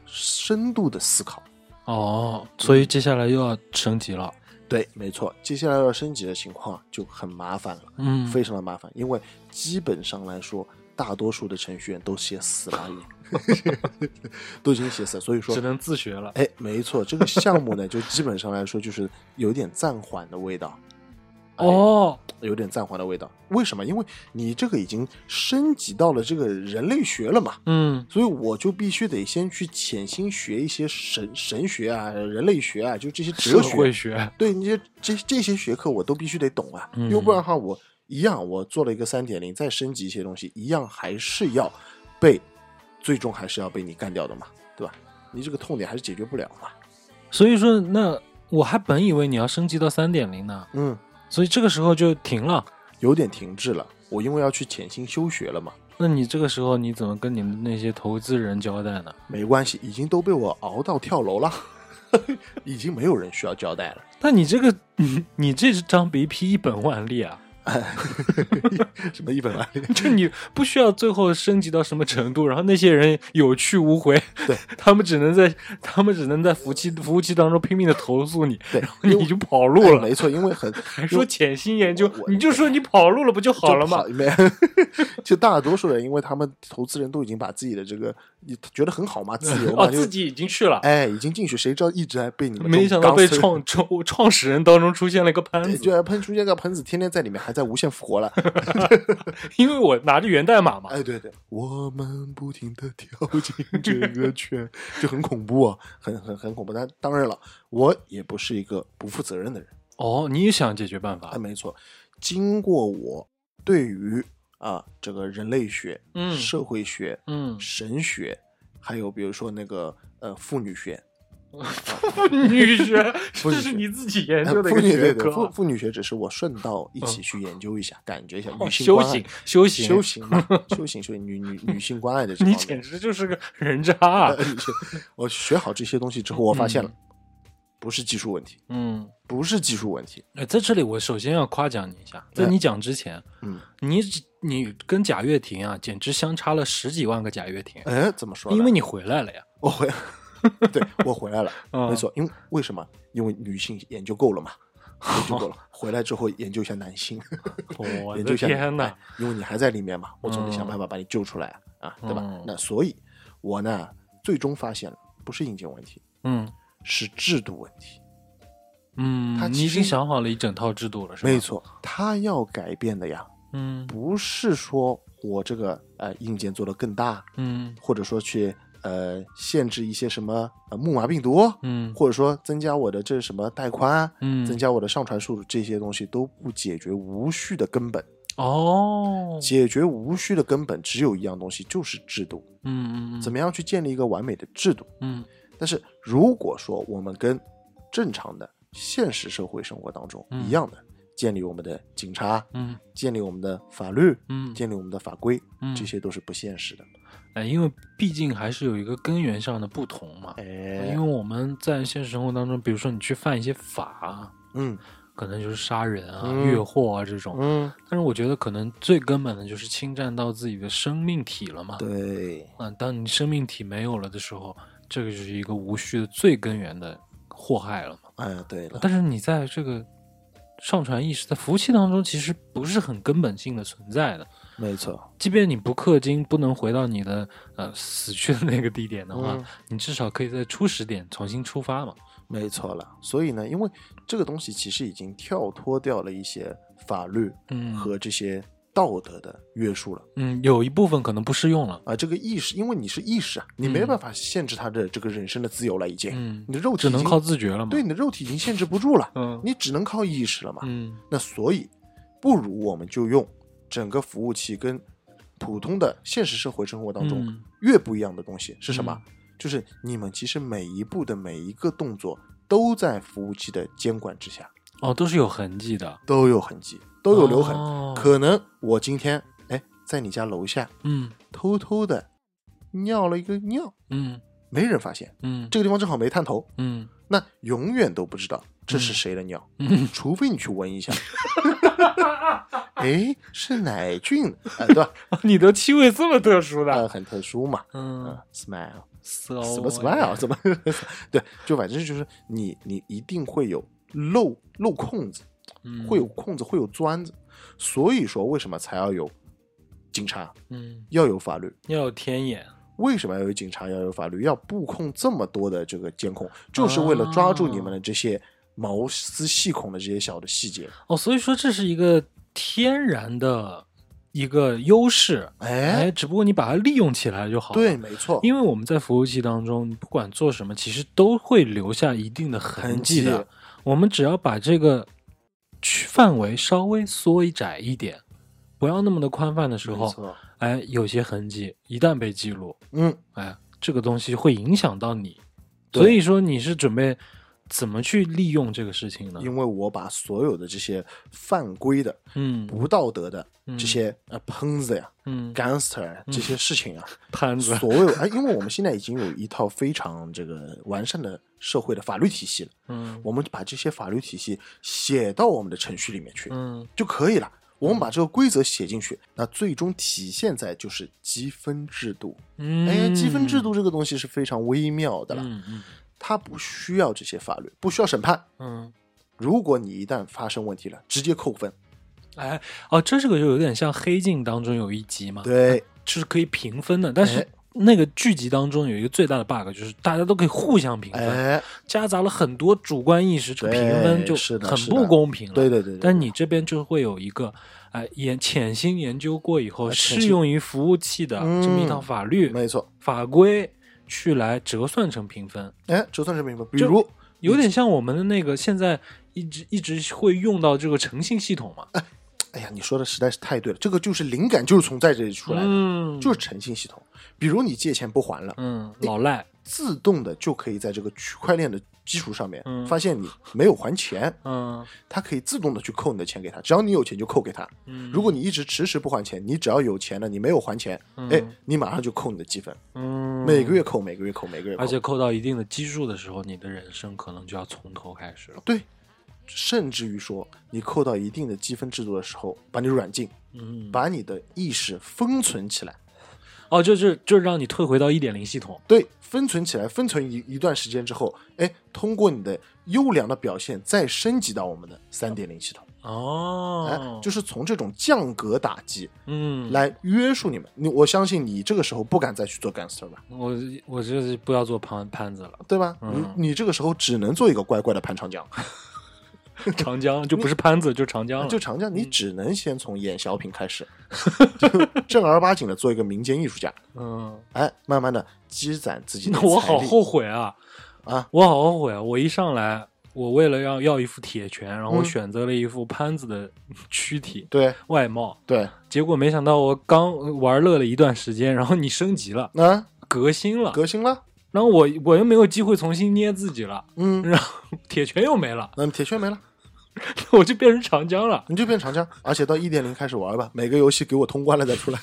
深度的思考。哦，嗯所以接下来又要升级了。对，没错，接下来要升级的情况就很麻烦了，嗯，非常的麻烦，因为基本上来说，大多数的程序员都写死了已经，都已经 写死了。所以说哎只，能自学了。哎，没错，这个项目呢，就基本上来说就是有点暂缓的味道。哦，有点暂缓的味道。为什么？因为你这个已经升级到了这个人类学了嘛，嗯所以我就必须得先去潜心学一些神神学啊、人类学啊，就这些哲社学会。学，对，你这这这些学科我都必须得懂啊，嗯要不然的话，我一样我做了一个三点零，再升级一些东西，一样还是要被，最终还是要被你干掉的嘛，对吧？你这个痛点还是解决不了嘛。所以说那我还本以为你要升级到三点零呢，嗯，所以这个时候就停了。有点停滞了。我因为要去潜心休学了嘛，那你这个时候你怎么跟你们那些投资人交代呢？没关系，已经都被我熬到跳楼了， 已经没有人需要交代了。但你这个， 你你这张 BP 一本万利啊， 什么一本万利？就你不需要最后升级到什么程度，然后那些人有去无回，对， 他们只能在他们只能在服务器服务器当中拼命的投诉 你，对，因为哎你就跑路了，没错，因为很还说潜心研究我，我你就说你跑路了不就好了吗？就跑？没， 就大多数人，因为他们投资人都已经把自己的这个你觉得很好嘛，自由 嘛，哦，就自己已经去了，哎已经进去，谁知道一直还被你们没想到被冲。创创创始人当中出现了一个潘对子居，然哎喷出这个盆子，天天在里面还在无限复活了。 因为我拿着源代码嘛，哎，对对，我们不停的跳进这个圈， 就很恐怖啊，很很很恐怖。但当然了，我也不是一个不负责任的人。哦，你也想解决办 法哎，，没错，经过我对于啊这个人类学、嗯社会学、嗯，神学，还有比如说那个呃妇女学，嗯 女学，妇这女是学你自己研哎究的一妇个女对学对科妇啊，嗯妇女学只是我顺道一起去研究一下，感觉一下哦女性修关爱行。修行修行 嘛，修行修行，女女女性关爱的这你方简面，直就是个人渣、啊呃。你学我学好这些东西之后，我发现了，不是技术问题，嗯，不是技术问题，哎，在这里我首先要夸奖你一下，在哎你讲之前，嗯，你你跟贾跃亭啊，简直相差了十几万个贾跃亭，哎，怎么说呢？因为你回来了呀。我回，对我回来了，嗯没错，因为为什么？因为女性研究够了嘛，研究 够了，回来之后研究一下男性，我研究的一下天哪！，哪哎因为你还在里面嘛，我总得想嗯办法把你救出来啊，啊对吧嗯？那所以，我呢最终发现了，不是硬件问题，嗯是制度问题。他嗯，其你已经实想好了一整套制度了，是吧？没，错，他要改变的呀，嗯不是说我这个呃硬件做得更大，嗯或者说去呃限制一些什么呃木马病毒，嗯或者说增加我的这什么带宽，啊嗯，增加我的上传速度，这些东西都不解决无序的根本。嗯哦，解决无序的根本只有一样东西，就是制度。嗯嗯怎嗯么样去建立一个完美的制度？嗯但是如果说我们跟正常的现实社会生活当中嗯一样的，建立我们的警察，嗯建立我们的法律，嗯建立我们的法规，嗯，这些都是不现实的。哎，因为毕竟还是有一个根源上的不同嘛。啊因为哎，我们在现实生活当中，比如说你去犯一些法，嗯可能就是杀人啊、嗯越货啊这种。嗯，但是我觉得可能最根本的就是侵占到自己的生命体了嘛。对，嗯，当你生命体没有了的时候，这个就是一个无序的最根源的祸害了嘛。哎，对了，但是你在这个上传意识在服务器当中，其实不是很根本性的存在的。没错，即便你不氪金，不能回到你的呃死去的那个地点的话，嗯你至少可以在初始点重新出发嘛。没错了。所以呢，因为这个东西其实已经跳脱掉了一些法律嗯和这些道德的约束了嗯，有一部分可能不适用了。啊。这个意识，因为你是意识啊，你没嗯办法限制他的这个人身的自由了，已经，嗯你，的肉体只已能经靠自觉了嘛。对，你的肉体已经限制不住了，嗯你只能靠意识了嘛。嗯那所以，不如我们就用整个服务器跟普通的现实社会生活当中嗯越不一样的东西是什么？就是你们其实每一步的每一个动作都在服务器的监管之下，哦，都是有痕迹的，都有痕迹，都有留痕。哦可能我今天哎在你家楼下嗯偷偷的尿了一个尿，嗯没人发现，嗯这个地方正好没探头， 嗯那永远都不知道这是谁的尿。嗯， 除非你去闻一下。 哎，是奶菌，呃，对吧？你的气味这么特殊呃，的，很特殊嘛，嗯嗯，smile， ，so 什么啊 smile，怎么？对，就反正就是你，你一定会有漏漏空子，嗯会有空子，会有钻子。所以说，为什么才要有警察，嗯，要有法律？要有天眼，为什么要有警察，要有法律，要布控这么多的这个监控，就是为了抓住你们的这些毛丝细孔的这些小的细节。哦，所以说这是一个天然的一个优势，哎，哎，只不过你把它利用起来就好了。对，，没错，因为我们在服务器当中，你不管做什么，其实都会留下一定的痕痕迹迹的。我们只要把这个区范围稍微缩窄一点，不要那么的宽泛的时没候，错，哎，有些痕迹一旦被记录，嗯，哎，这个东西会影响到你。对所以说，你是准备怎么去利用这个事情呢？因为我把所有的这些犯规的、嗯不道德的嗯这些呃喷子呀、嗯， gangster 呀这些事情啊，摊子，所有 哎，因为我们现在已经有一套非常这个完善的社会的法律体系了，嗯我们把这些法律体系写到我们的程序里面去嗯，就可以了。我们把这个规则写进去，那最终体现在就是积分制度。嗯哎，积分制度这个东西是非常微妙的了，嗯嗯它不需要这些法律，不需要审判。嗯，如果你一旦发生问题了，直接扣分。哎，哦，这是个就有点像《黑镜》当中有一集嘛，对，是可以评分的，但是哎那个剧集当中有一个最大的 bug，就是大家都可以互相评分，哎，夹杂了很多主观意识，这个评分对就是的很是的不公平了。对对对对但你这边就会有一个，哎，研潜心研究过以后，哎潜心适用于服务器的嗯这么一套法律、没错。法规，去来折算成评分，哎，折算是评分，比如有点像我们的那个现在一直一直会用到这个诚信系统嘛。哎呀，你说的实在是太对了，这个就是灵感，就是从在这里出来的，嗯，就是诚信系统。比如你借钱不还了，嗯，老赖，自动的就可以在这个区块链的基础上面嗯发现你没有还钱，嗯它可以自动的去扣你的钱给他，只要你有钱就扣给他。嗯，如果你一直迟迟不还钱，你只要有钱了，你没有还钱，嗯哎，你马上就扣你的积分，嗯每个月扣，每个月扣，每个月扣，而且扣到一定的基数的时候，你的人生可能就要从头开始了。对，甚至于说你扣到一定的积分制度的时候，把你软禁，嗯，把你的意识封存起来。哦，就是就是让你退回到一点零系统。对，封存起来，封存一一段时间之后，哎，通过你的优良的表现，再升级到我们的三点零系统，哎哦，，就是是从这种降格打击嗯，来约束你们。你我相信你这个时候不敢再去做 gangster 吧，我我就是不要做盘盘子了，对吧？嗯你你这个时候只能做一个乖乖的潘长江，长江就不是潘子，就是长江了。就长江，你嗯只能先从演小品开始， 就正儿八经的做一个民间艺术家，嗯，哎，慢慢的积攒自己的那财 力。我好后悔啊啊！我好后悔啊！我一上来，我为了要要一副铁拳，然后我嗯选择了一副潘子的 躯体对外貌，对，结果没想到我刚玩乐了一段时间，然后你升级了，那、革新了，革新了，然后我我又没有机会重新捏自己了，嗯，然后 铁拳又没了，那么铁圈没了。我就变成长江了。你就变长江，而且到一点零开始玩吧，每个游戏给我通关了再出来，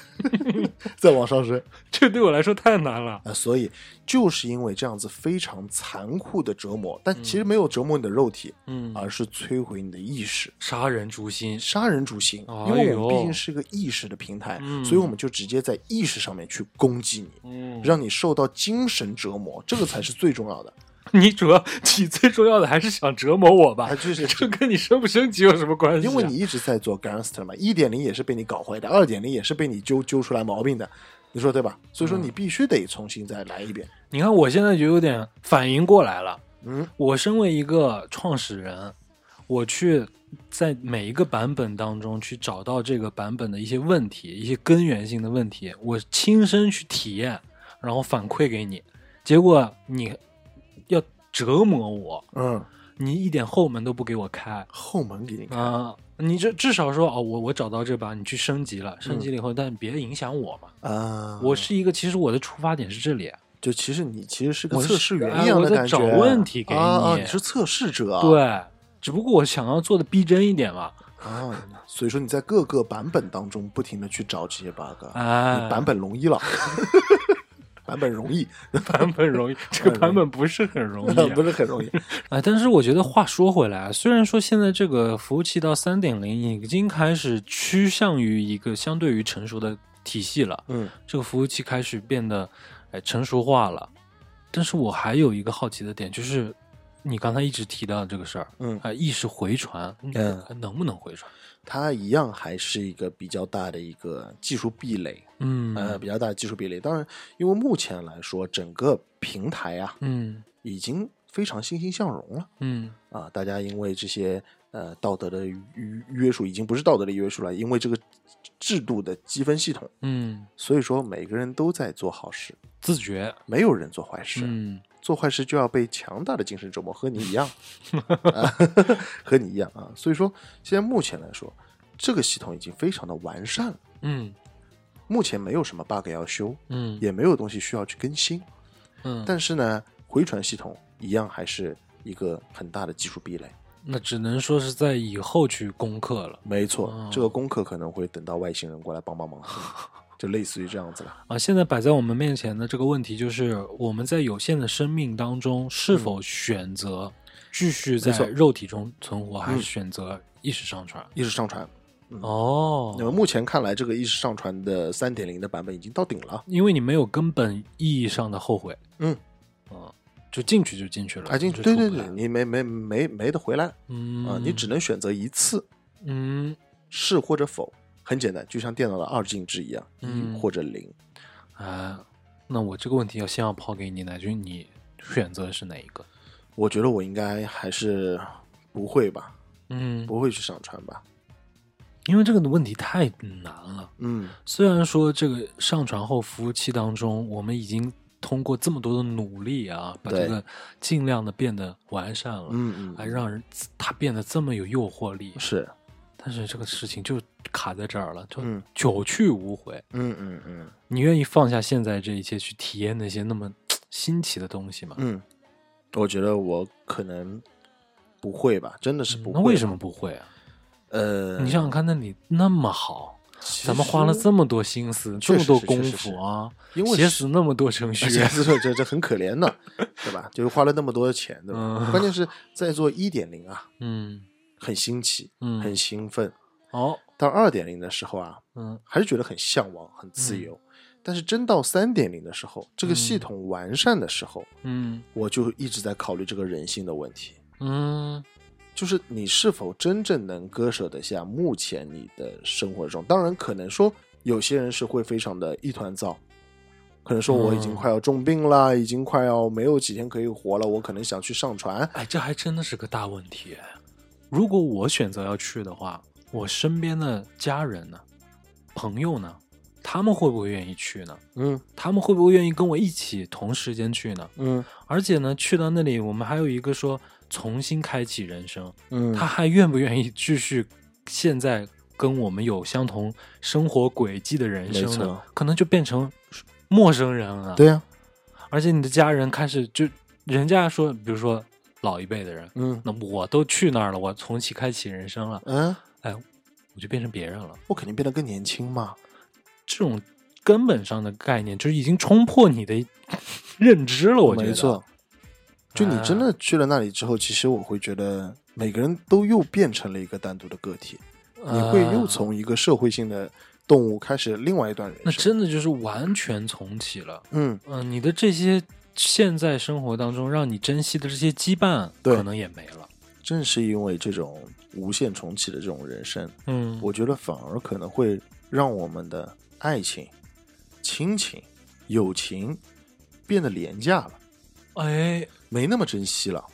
再往上升。这对我来说太难了啊、。所以就是因为这样子非常残酷的折磨，但其实没有折磨你的肉体，嗯，而是摧毁你的意识，杀人诛心。杀人诛心。哎呦因为我们毕竟是个意识的平台，嗯所以我们就直接在意识上面去攻击你，嗯，让你受到精神折磨，这个才是最重 要的。你主要你最重要的还是想折磨我吧 啊，？就是这跟你升不升级有什么关系啊？因为你一直在做 gangster 嘛，一点零也是被你搞坏的，二点零也是被你揪揪出来毛病的，你说对吧？所以嗯说你必须得重新再来一遍。你看我现在就有点反应过来了。嗯，我身为一个创始人，我去在每一个版本当中去找到这个版本的一些问题，一些根源性的问题，我亲身去体验，然后反馈给你。结果你要折磨我，嗯，你一点后门都不给我开，后门给你看，啊、你这至少说哦，我我找到这把，你去升级了，升级了以后，但别影响我嘛。啊，我是一个，其实我的出发点是这里，就其实你其实是个我是测试员哎一样我的在感觉，找问题给啊啊，你你是测试者啊，对，只不过我想要做的逼真一点嘛。啊，所以说你在各个版本当中不停的去找这些 bug，啊哎，你版本容 易了，版本容易，版本容 易，这个版本不是很容易、啊 不。是很容易，哎，但是我觉得话说回来啊，虽然说现在这个服务器到三点零已经开始趋向于一个相对于成熟的体系了，嗯，这个服务器开始变得哎成熟化了，但是我还有一个好奇的点，就是你刚才一直提到的这个事儿，嗯啊，意识回传，嗯，能不能回传？它一样还是一个比较大的一个技术壁垒，嗯呃，比较大的技术壁垒。当然，因为目前来说，整个平台啊嗯已经非常欣欣向荣了嗯啊！大家因为这些呃道德的约约束，已经不是道德的约束了，因为这个制度的积分系统，嗯，所以说每个人都在做好事，自觉，没有人做坏事。嗯做坏事就要被强大的精神折磨，和你一 样，啊、和你一样啊！所以说，现在目前来说，这个系统已经非常的完善了，嗯目前没有什么 bug 要修，嗯也没有东西需要去更新。嗯，但是呢，回传系统一样还是一个很大的技术壁垒。那只能说是在以后去攻克了没错，哦这个功课可能会等到外星人过来帮 帮忙，就类似于这样子了。啊。现在摆在我们面前的这个问题就是，我们在有限的生命当中，是否选择继续在嗯没错嗯肉体中存活，还是选择意识上传？意识上传，哦那，么目前看来，这个意识上传的三点零的版本已经到顶了，因为你没有根本意义上的后悔，嗯嗯，就进去就进去了，啊，进就去，对出对不来对，，你没没没没得回来啊，嗯你只能选择一次嗯是或者否，很简单，就像电脑的二进制一样，嗯一或者零。啊，那我这个问题要先要抛给你，乃军，你选择是哪一个？我觉得我应该还是不会吧，嗯，不会去上传吧，因为这个问题太难了。嗯，虽然说这个上传后服务器当中，我们已经通过这么多的努力啊，把对这个尽量的变得完善了，嗯还嗯，让人它变得这么有诱惑力，是，但是这个事情就卡在这儿了，就嗯久去无回。嗯嗯嗯你愿意放下现在这一切，去体验那些那么新奇的东西吗？嗯，我觉得我可能不会吧，真的是不会。那为什？么不会啊？呃，你想想看，那你那么好，其咱们花了实这么多心思，这确么实多是功确实是夫啊，因为写是死那么多程序而，且 这这这很可怜的，对吧？就是花了那么多钱，对吧？嗯关键是在做一点零啊，嗯很新奇，嗯很兴奋。好，到二点零的时候啊，嗯还是觉得很向往，很自由。但是真到三点零的时候，这个系统完善的时候，嗯我就一直在考虑这个人性的问题。嗯就是你是否真正能割舍得下目前你的生活中？当然，可能说有些人是会非常的一团糟，可能说我已经快要重病了，已经快要没有几天可以活了，我可能想去上传。哎，这还真的是个大问题。哎如果我选择要去的话，我身边的家人呢，朋友呢，他们会不会愿意去呢？嗯他们会不会愿意跟我一起同时间去呢？嗯而且呢，去到那里，我们还有一个说重新开启人生，嗯他还愿不愿意继续现在跟我们有相同生活轨迹的人生没呢错？可能就变成陌生人了。对呀、而且你的家人开始就人家说，比如说老一辈的人，嗯那我都去那儿了，我重新开启人生了，嗯，哎，我就变成别人了。我肯定变得更年轻嘛。这种根本上的概念，就是已经冲破你的认知了。我觉得，嗯没错，就你真的去了那里之后，其实我会觉得每个人都又变成了一个单独的个体，你会又啊从一个社会性的动物开始另外一段人生。那真的就是完全重启了。嗯。嗯、你的这些现在生活当中让你珍惜的这些羁绊，对可能也没了。正是因为这种无限重启的这种人生，嗯，我觉得反而可能会让我们的爱情、亲情、友情变得廉价了，哎没那么珍惜了，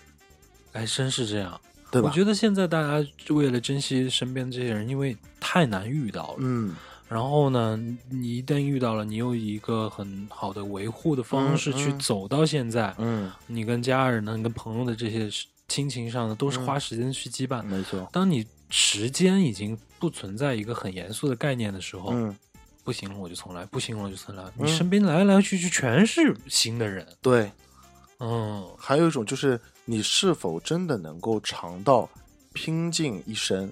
还真是这样。对我吧？觉得现在大家为了珍惜身边这些人，因为太难遇到了。嗯，然后呢，你一旦遇到了，你用一个很好的维护的方式嗯去嗯走到现在，嗯，你跟家人呢，你跟朋友的这些亲情上呢，都是嗯花时间去羁绊。没错，当你时间已经不存在一个很严肃的概念的时候，嗯，不行了我就重来，不行了我就重来。嗯你身边来来去去全是新的人，对。嗯还有一种就是，你是否真的能够尝到拼尽一生、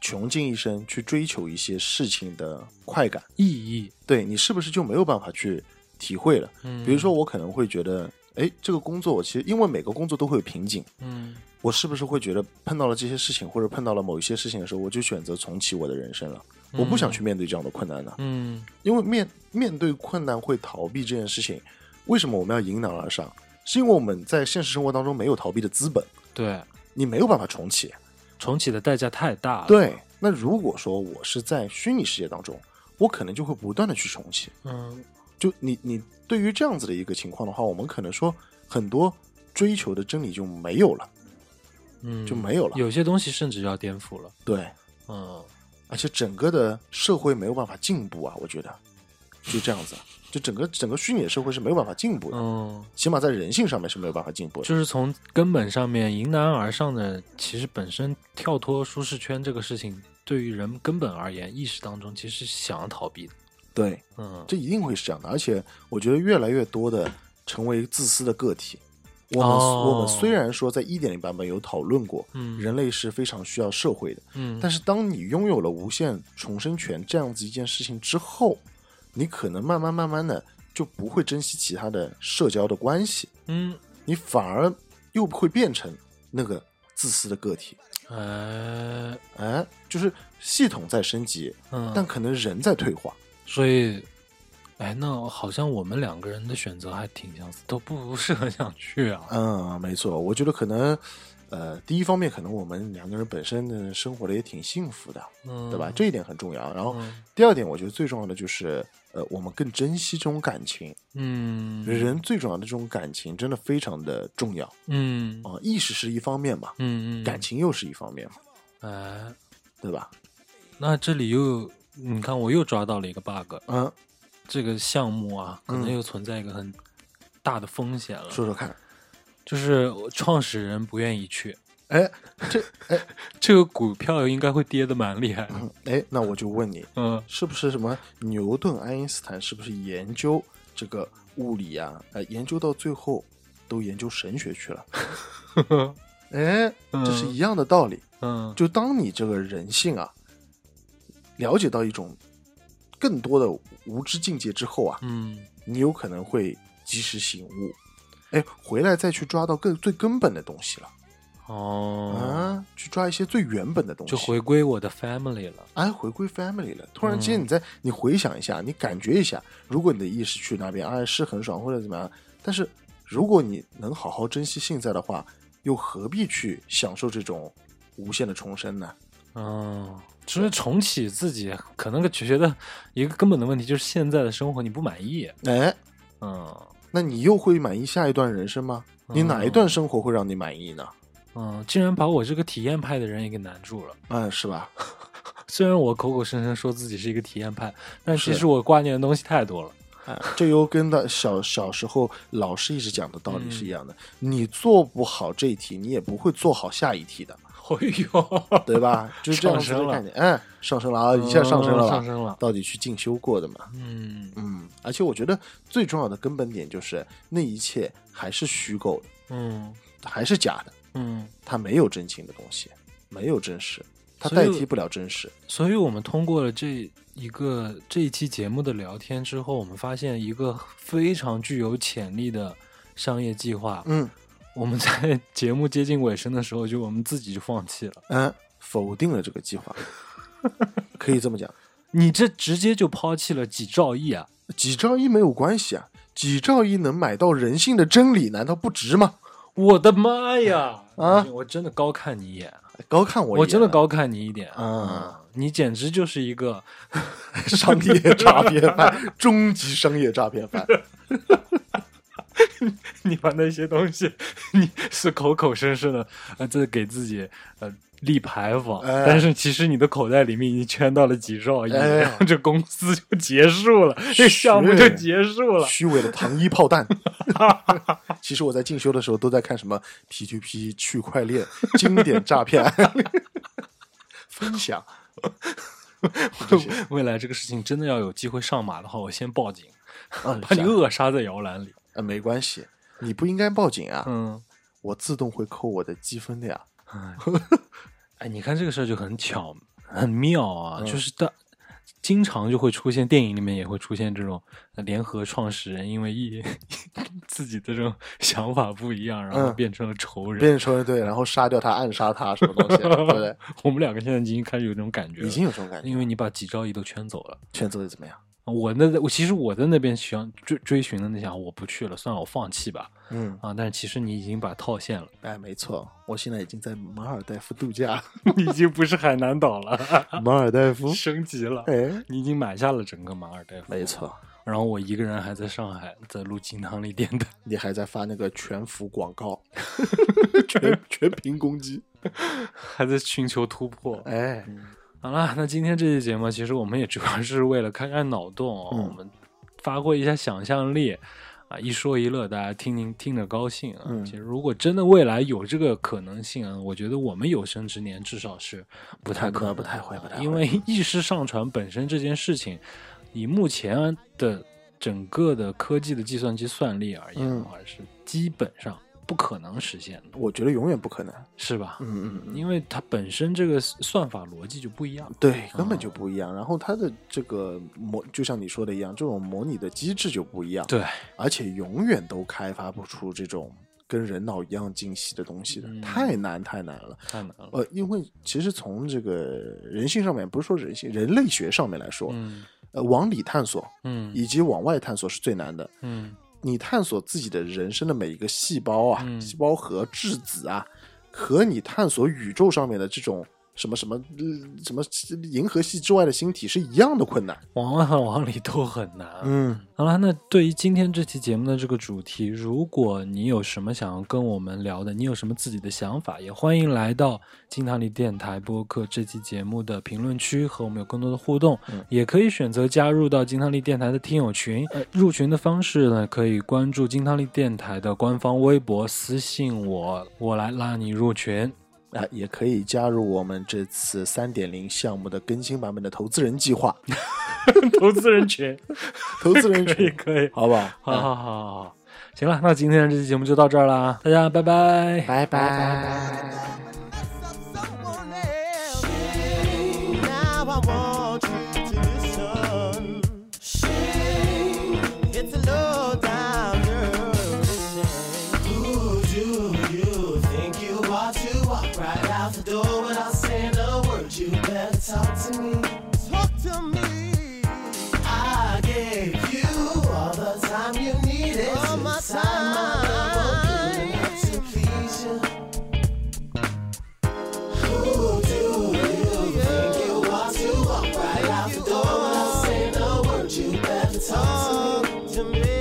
穷尽一生去追求一些事情的快感？意义，对你是不是就没有办法去体会了？嗯，比如说，，我可能会觉得，哎，这个工作我其实因为每个工作都会有瓶颈，嗯我是不是会觉得碰到了这些事情，或者碰到了某一些事情的时候，我就选择重启我的人生了？我不想去面对这样的困难呢，嗯因为面面对困难会逃避这件事情。为什么我们要迎难而上？是因为我们在现实生活当中没有逃避的资本，对，你没有办法重启。啊重启的代价太大了，，对，那如果说我是在虚拟世界当中，我可能就会不断的去重启。嗯就你你对于这样子的一个情况的话，我们可能说很多追求的真理就没有了，嗯，就没有了。有些东西甚至要颠覆了，对，嗯，而且整个的社会没有办法进步啊，我觉得就这样子，就整个整个虚拟的社会是没有办法进步的，嗯，起码在人性上面是没有办法进步的。就是从根本上面迎难而上的，其实本身跳脱舒适圈这个事情，对于人根本而言，意识当中其实是想要逃避的，对，嗯，这一定会是这样的。而且我觉得越来越多的成为自私的个体。我们、哦我们虽然说在一点零版本有讨论过，嗯人类是非常需要社会的，嗯，但是当你拥有了无限重生权这样子一件事情之后，你可能慢慢慢慢的就不会珍惜其他的社交的关系，嗯，你反而又会变成那个自私的个体。哎，哎，就是系统在升级，嗯，但可能人在退化。所以，哎，那好像我们两个人的选择还挺相似，都不是很想去啊。嗯，没错，我觉得可能，呃，第一方面可能我们两个人本身的生活的也挺幸福的，嗯， 对吧？这一点很重要。然后嗯第二点，我觉得最重要的就是，呃，我们更珍惜这种感情。嗯人最重要的这种感情真的非常的重要嗯啊、意识是一方面嘛，嗯，感情。情又是一方面嘛，哎，对吧？那这里又，你看我又抓到了一个 bug，嗯，这个项目啊，可能嗯又存在一个很大的风险了，说说看。就是创始人不愿意去，哎，这个股票应该会跌的蛮厉害的。嗯哎，那我就问你，嗯是不是什么牛顿、爱因斯坦是不是研究这个物理啊？呃，研究到最后都研究神学去了。 哎，嗯这是一样的道理。嗯就当你这个人性啊，了解到一种更多的无知境界之后啊，嗯你有可能会及时醒悟。哎，回来再去抓到更最根本的东西了、哦，啊，去抓一些最原本的东西，就回归我的 family 了。哎，回归 family 了。突然间，你在、你回想一下，你感觉一下，如果你的意识去那边，哎，是很爽或者怎么样，但是如果你能好好珍惜现在的话，又何必去享受这种无限的重生呢？嗯，就是重启自己，可能觉得一个根本的问题就是现在的生活你不满意。哎，嗯那你又会满意下一段人生吗？你哪一段生活会让你满意呢？嗯，竟然把我这个体验派的人也给难住了。嗯，是 吧？虽然我口口声声说自己是一个体验派，但其是实我挂念的东西太多了。 哎，这又跟的小小时候老师一直讲的道理是一样的。你做不好这一题，你也不会做好下一题的。哎呦，对吧？就是这样子的概念，哎，上升了啊，一下上升了嗯吧？上升了。到底去进修过的嘛？嗯嗯，而且我觉得最重要的根本点就是那一切还是虚构的，嗯还是假的，嗯，它没有真情的东西，没有真实，它所以代替不了真实。所以我们通过了这一个这一期节目的聊天之后，我们发现一个非常具有潜力的商业计划。嗯我们在 节目接近尾声的时候，就我们自己就放弃了。嗯，否定了这个计划，可以这么讲，你这直接就抛弃了几兆亿啊！几兆一没有关系啊，几兆一能买到人性的真理，难道不值吗？我的妈呀！啊，我真的高看你一眼，高看我我一眼真的啊高看你一点嗯啊！你简直就是一个商业诈骗犯，终极商业诈骗犯。 你把那些东西， 你是口口声声的呃，这给自己呃立牌坊，哎但是其实你的口袋里面已经圈到了几兆亿，哎然后这公司就结束了，这项目是就结束了。虚伪的糖衣炮弹。 其实我在进修的时候都在看什么 P2P 区块链经典诈骗 案分享，这些 未来这个事情真的要有机会上马的话，我先报警，嗯把你扼杀在摇篮里。啊，没关系，你不应该报警啊，嗯，我自动会扣我的积分的呀。哎，你看这个事儿就很巧，很妙啊！嗯就是大，经常就会出现电影里面也会出现这种呃联合创始人因为一 自己的这种想法不一样，然后嗯变成了仇人。别人说对，然后杀掉他，暗杀他，什么东西，啊 对不对？我们两个现在已经开始有这种感觉了，已经有这种感觉，因为你把几兆亿都圈走了。圈子会怎么样？我那我其实我在那边想追追寻的那想，我不去了，算了，我放弃吧。嗯，啊，但是其实你已经把套现了， 哎，没错，我现在已经在马尔代夫度假，你已经不是海南岛了， 马尔代夫，升级了， 哎，你已经买下了整个马尔代夫。嗯没错，然后我一个人还在上海，在录金汤力电台，你还在发那个全服广告， 全全屏攻击， 还在寻求突破。哎，好啦，那今天这期节目，其实我们也主要是为了开开脑洞、哦，嗯我们发挥一下想象力啊，一说一乐，大家听听听着高兴啊。嗯其实如果真的未来有这个可能性啊，我觉得我们有生之年至少是不太可能，不太会不太会因为 意识上传本身这件事情，以目前的整个的科技的计算机算力而言的嗯话，是基本上不可能实现的，我觉得永远不可能。是吧？嗯嗯嗯，因为它本身这个算法逻辑就不一样。对，根本就不一样。然后它的这个模，就像你说的一样，这种模拟的机制就不一样，对，而且永远都开发不出这种跟人脑一样精细的东西的，太难太难了。太难了。呃，因为其实从这个人性上面，不是说人性，人类学上面来说，嗯呃，往里探索嗯以及往外探索是最难的。嗯你探索自己的人生的每一个细胞啊、嗯细胞核、质子啊，和你探索宇宙上面的这种什么什么、呃什么银河系之外的星体是一样的困难。往外往里都很难。啊嗯，好了，那对于今天这期节目的这个主题，如果你有什么想要跟我们聊的，你有什么自己的想法，也欢迎来到金堂里电台播客这期节目的评论区和我们有更多的互动。嗯也可以选择加入到金汤力电台的听友群。呃入群的方式呢，可以关注金汤力电台的官方微博，私信我，我来拉你入群。啊，也可以加入我们这次三点零项目的更新版本的投资人计 划， 投资人 群，投资人可以群，可以。好不好？好好好好好，行了，那今天这期节目就到这儿啦，大家拜拜。拜拜。 someone else. Now I want you to listen. It's a low down girl. Who do you think you are to walk right out the door without saying a word? You better talk to me. Talk to me. I gave you all the time you needed. All my time. My love will do enough to please you. Talk to me.